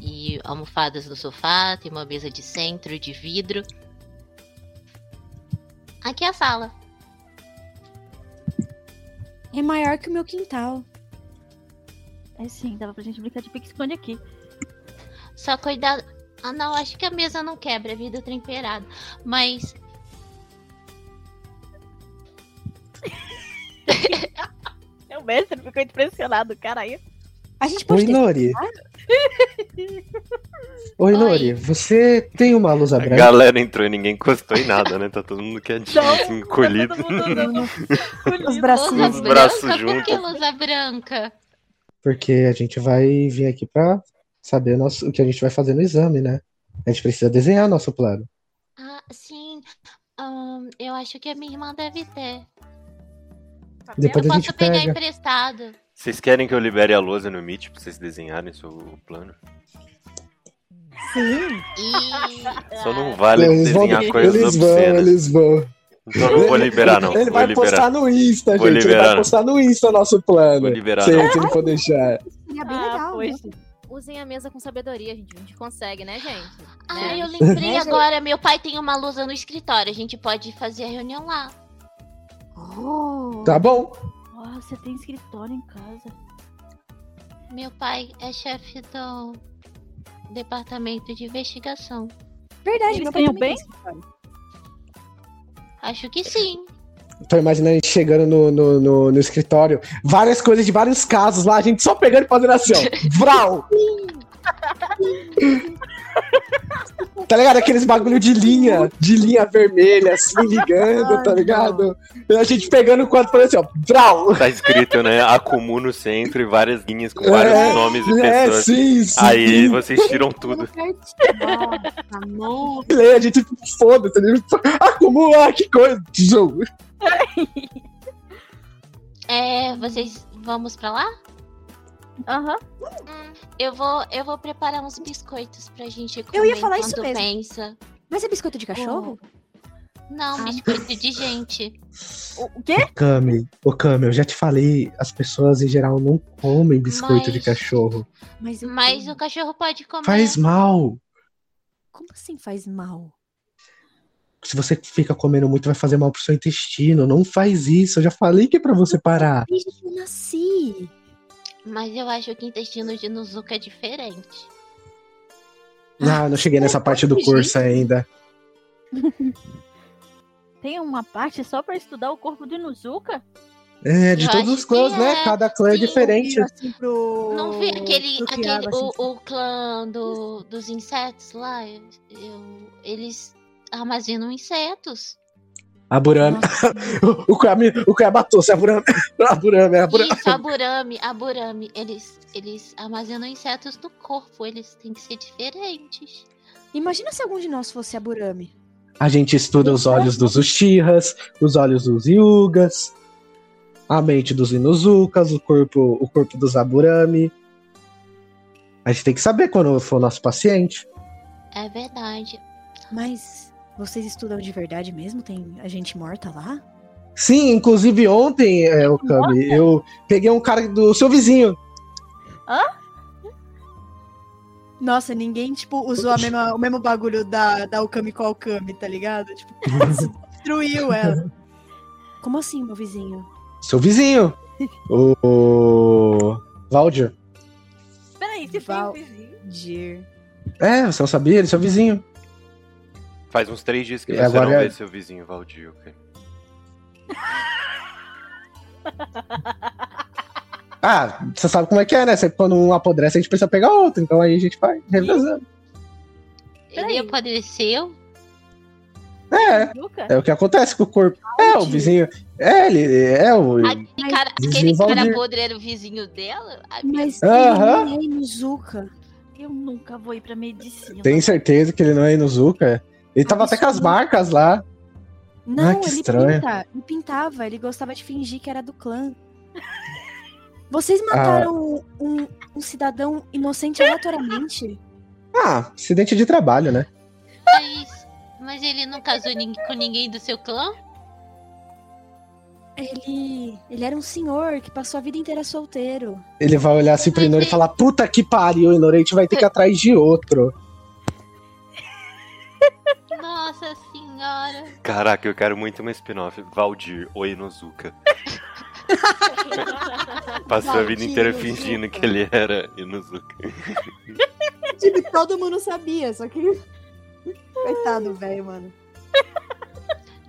G: E almofadas no sofá, tem uma mesa de centro, de vidro. Aqui é a sala.
I: É maior que o meu quintal.
B: É sim, dava pra gente brincar de pique-esconde aqui.
G: Só cuidado. Ah, não, acho que a mesa não quebra, é vidro temperado. Mas.
B: Meu É mestre ficou impressionado, cara aí.
I: A gente
C: Oi,
I: pode ter...
C: Nori. Oi,
G: Oi.
C: Nori. Você tem uma luz
A: A
C: branca?
A: galera entrou e ninguém encostou em nada, né? Tá todo mundo quietinho,
B: Não,
A: assim, encolhido.
B: Então, Todo mundo andando com
F: tá
I: Os
B: o
I: bracinhos.
A: Os braços
G: Por que
A: juntos.
G: lusa branca?
C: Porque a gente vai vir aqui pra saber o nosso- o que a gente vai fazer no exame, né? A gente precisa desenhar nosso plano.
G: Ah, sim. Ahn, eu acho que a minha irmã deve ter.
C: Depois
G: Eu
C: a gente
G: posso pegar
C: pega.
G: emprestado.
A: Vocês querem que eu libere a lousa no Meet pra vocês desenharem o plano?
I: Sim.
G: E.
A: Só não vale
C: eles vão,
A: desenhar coisas
C: eles vão,
A: obscenas.
C: eles vão.
A: Então não vou liberar, não.
C: Ele
A: vou
C: vai
A: liberar.
C: postar no Insta,
A: Vou
C: gente. Ele
A: liberar.
C: vai postar no Insta nosso plano.
A: Vou liberar,
C: se,
A: não.
C: se não for deixar.
I: Seria bem
B: Ah,
I: legal.
F: né?
B: pois.
H: Usem a mesa com sabedoria, gente. A gente consegue, né, gente?
G: Ah,
H: Né?
G: eu lembrei
I: Né, gente?
G: agora. Meu pai tem uma lousa no escritório. A gente pode fazer a reunião lá.
I: Oh.
C: Tá bom.
B: Nossa, você tem escritório em casa.
G: Meu pai é chefe do departamento de investigação.
I: Verdade,
B: Eles
I: meu pai
B: ganham
I: também
B: bem?
I: tem escritório.
G: Acho que sim.
C: Tô imaginando a gente chegando no, no, no- no escritório, várias coisas de vários casos lá, a gente só pegando e fazendo assim, ó. Vral! tá ligado? Aqueles bagulho de linha, de linha vermelha, assim, ligando,
I: Ai,
C: tá ligado? E a gente pegando o quadro falando assim, ó. Vral!
A: Tá escrito, né? Acumu no centro e várias linhas com vários
C: É,
A: nomes e
C: É,
A: pessoas.
C: sim, sim.
A: Aí vocês tiram tudo.
I: Nossa, não.
C: Lê, a gente foda-se. a gente- Ah, como? Ah, que coisa. Zoom.
G: É, vocês vamos pra lá?
B: Aham.
G: Eu vou, eu vou preparar uns biscoitos pra gente comer.
I: Eu ia falar isso
G: enquanto
I: mesmo.
G: Pensa.
I: Mas é biscoito de cachorro?
G: Não, biscoito de gente.
F: O, o quê?
C: Kami, ô Kami, eu já te falei, as pessoas em geral não comem biscoito de
G: Mas-
C: cachorro.
F: Mas, eu
G: Mas
F: como.
G: o cachorro pode comer.
C: Faz mal.
F: como assim faz mal?
C: Se você fica comendo muito, vai fazer mal pro seu intestino. Não faz isso. Eu já falei que é pra você parar.
F: Desde que eu
C: É
F: nasci.
G: Mas eu acho que o intestino de Nuzuka é diferente.
C: Ah, não cheguei nessa parte do curso ainda.
B: Tem uma parte só pra estudar o corpo do Inuzuka?
C: É, de
G: Eu
C: todos
G: acho
C: os clãs,
G: que
C: né?
G: é,
C: Cada clã é
G: sim.
C: diferente.
F: Vira assim pro-
G: Não vi aquele,
F: pro
G: aquele
F: Kiaba, assim,
G: o, o clã do- dos insetos lá. Eu- eu- eles armazenam insetos.
C: A Burame.
F: nossa,
C: O Kami, o Kami matou, se a Burame. A Burame, a Burame.
G: Isso, aburame, aburame. Eles, eles armazenam insetos no corpo. Eles têm que ser diferentes.
F: Imagina se algum de nós fosse a Burami.
C: A gente estuda os olhos dos Uchihas, os olhos dos Yugas, a mente dos Inuzukas, o corpo, o corpo dos Aburami. A gente tem que saber quando for nosso paciente.
G: É verdade.
F: Mas vocês estudam de verdade mesmo? Tem a gente morta lá?
C: Sim, inclusive ontem, é, o Kami, eu peguei um cara do seu vizinho.
F: Nossa, ninguém, tipo, usou a mesma- o mesmo bagulho da, da Okami com a Okami, tá ligado? Tipo, destruiu ela. Como assim, meu vizinho?
C: Seu vizinho. O. Valdir.
B: Peraí, se foi um
F: Val-
B: vizinho.
F: Dir.
C: É, você não sabia? Ele é seu vizinho.
A: Faz uns três dias que
C: E
A: você
C: agora
A: não
C: é-
A: vê seu vizinho Valdir, cara.
C: Ah, você sabe como é que é, né? Você, quando um apodrece, a gente precisa pegar outro. Então aí a gente vai revezando.
G: Ele apareceu.
C: É,
B: Inuzuka?
C: é o que acontece com o corpo. É, o vizinho. É, ele. É o.
G: Aquele cara,
C: Vizinho
G: aquele cara
C: Valdir.
G: podre era o vizinho dela? A-
F: Mas
C: Aham.
F: ele não é Inuzuka.
B: Eu nunca vou ir pra medicina.
C: Tem certeza que ele não é Inuzuka? Ele tava até com as
F: Absurdo.
C: marcas lá.
F: Não,
C: Ah, que
F: ele,
C: estranho.
F: pinta- ele pintava, ele gostava de fingir que era do clã. Vocês mataram um, um cidadão inocente aleatoriamente?
C: Ah, acidente de trabalho, né?
G: Mas, mas ele não casou nin- com ninguém do seu clã?
F: Ele, ele era um senhor que passou a vida inteira solteiro.
C: Ele vai olhar assim pro
G: Mas
C: Inori e
G: ele-
C: falar: Puta que pariu, Inori, a gente vai ter que ir atrás de outro.
G: Nossa senhora.
A: Caraca, eu quero muito uma spin-off. Valdir, oi Inuzuka. Passou a vida
F: Valdir
A: inteira
F: Inuzuka.
A: fingindo que ele era Inuzuka.
F: Tipo, todo mundo sabia, só que. Coitado, velho, mano.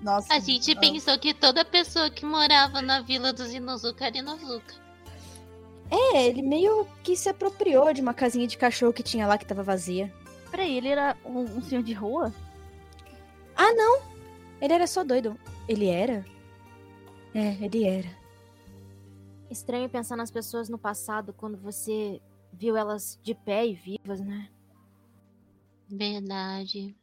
F: Nossa.
G: A gente pensou que toda pessoa que morava na vila dos Inuzuka era Inuzuka.
F: É, ele meio que se apropriou de uma casinha de cachorro que tinha lá que tava vazia.
B: Peraí, ele era um, um senhor de rua?
F: Ah, não! Ele era só doido. Ele era? É, ele era.
H: Estranho pensar nas pessoas no passado quando você viu elas de pé e vivas, né?
G: Verdade.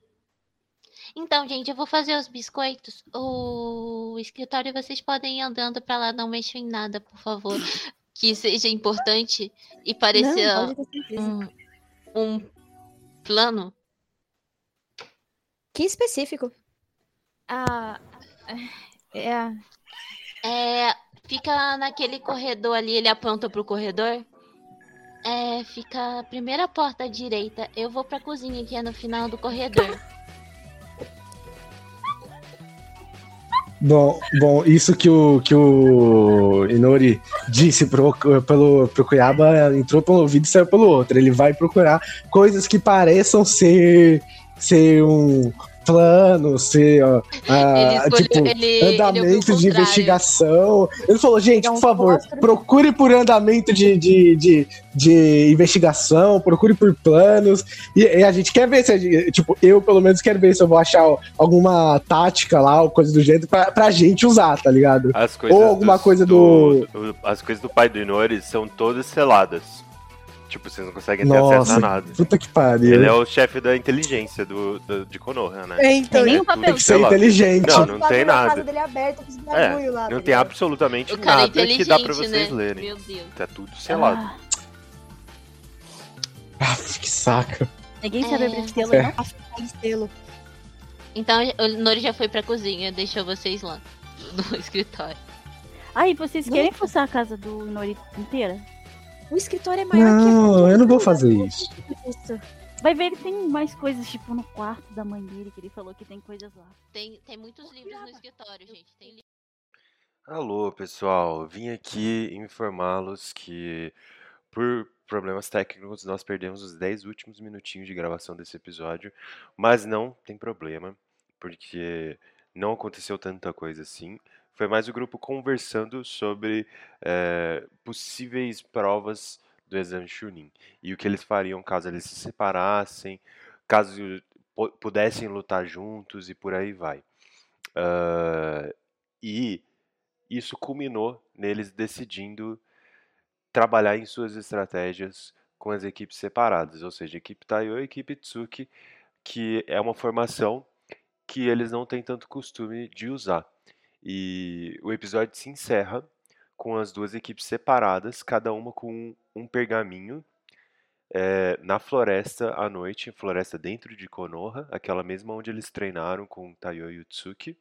G: Então, gente, eu vou fazer os biscoitos. O escritório, vocês podem ir andando pra lá, não mexam em nada, por favor. Que seja importante e pareça
F: Não, pode ter certeza.
G: um, um plano.
F: Que específico.
H: Ah. É.
G: É, fica naquele corredor ali, ele aponta pro corredor. É, fica a primeira porta à direita. Eu vou pra cozinha, que é no final do corredor.
C: Bom, bom isso que o, que o Inori disse pro, pelo, pro Cuiaba entrou pelo ouvido e saiu pelo outro. Ele vai procurar coisas que pareçam ser, ser um plano, ser. ó,
G: ele
C: ah,
G: escolheu,
C: tipo,
G: ele, ele ouviu o
C: andamentos de
G: contrário.
C: investigação. Ele falou, gente,
I: É um
C: por favor,
I: fósforo.
C: procure por andamento de, de, de, de investigação, procure por planos. E, e a gente quer ver se, a gente- tipo, eu pelo menos quero ver se eu vou achar alguma tática lá, ou coisa do jeito, pra, pra gente usar, tá ligado?
A: As coisas
C: Ou alguma
A: dos-
C: coisa
A: do- As coisas do pai do Inori são todas seladas. Tipo, vocês não conseguem ter
C: Nossa.
A: acesso a nada.
C: Puta que pariu.
A: Ele é o chefe da inteligência do, do- de Konoha, né?
B: Tem
F: Então,
A: É
B: nem um
A: tudo
B: papelzinho.
C: Tem que ser
A: selado.
C: inteligente.
A: Não, não tem
I: A casa
A: nada.
I: dele aberta com os bagulho
A: É,
I: lá. tá
A: Não tem
I: ligado?
A: absolutamente
G: O cara é
A: nada que dá pra
G: inteligente,
A: vocês
G: né?
A: lerem.
G: Meu Deus.
A: Tá tudo selado.
B: Ah,
C: Ah, que saco.
B: ninguém sabe
G: É.
B: abrir selo, não?
F: Selo.
G: Então o Nori já foi pra cozinha, deixou vocês lá no escritório.
B: Aí, vocês
F: Não.
B: querem fuçar a casa do Nori inteira?
F: O escritório é maior que a
C: Não,
F: minha
C: eu não vou
F: casa.
C: fazer isso.
F: Isso.
B: Vai ver que tem mais coisas, tipo, no quarto da mãe dele, que ele falou que tem coisas lá.
G: Tem, tem muitos livros no escritório, gente. Tem livros.
A: Alô, pessoal. Vim aqui informá-los que, por problemas técnicos, nós perdemos os 10 últimos minutinhos de gravação desse episódio, mas não tem problema, porque não aconteceu tanta coisa assim. Foi mais o grupo conversando sobre eh, possíveis provas do exame Chunin e o que eles fariam caso eles se separassem, caso po- pudessem lutar juntos e por aí vai. Ah, e isso culminou neles decidindo trabalhar em suas estratégias com as equipes separadas, ou seja, a equipe Taiyo e a equipe Tsuki, que é uma formação que eles não têm tanto costume de usar. E o episódio se encerra com as duas equipes separadas, cada uma com um, um pergaminho eh, na floresta à noite, floresta dentro de Konoha, aquela mesma onde eles treinaram com Taiyo e o Tsuki,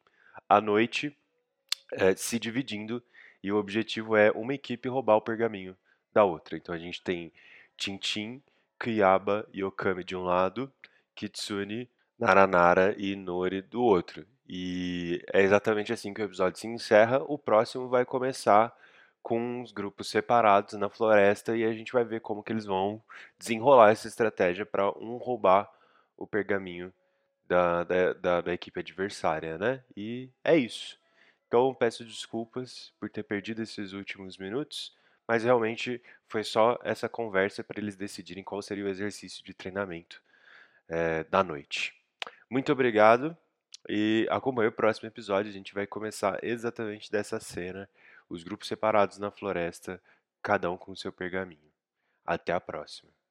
A: à noite eh, se dividindo e o objetivo é uma equipe roubar o pergaminho da outra. Então a gente tem Tintin, Kiyaba e Okami de um lado, Kitsune, Naranara e Nori do outro. E é exatamente assim que o episódio se encerra. O próximo vai começar com os grupos separados na floresta e a gente vai ver como que eles vão desenrolar essa estratégia para um roubar o pergaminho da, da, da, da equipe adversária, né? E é isso. Então peço desculpas por ter perdido esses últimos minutos, mas realmente foi só essa conversa para eles decidirem qual seria o exercício de treinamento eh, da noite. Muito obrigado e acompanhe o próximo episódio. A gente vai começar exatamente dessa cena: os grupos separados na floresta, cada um com seu pergaminho. Até a próxima.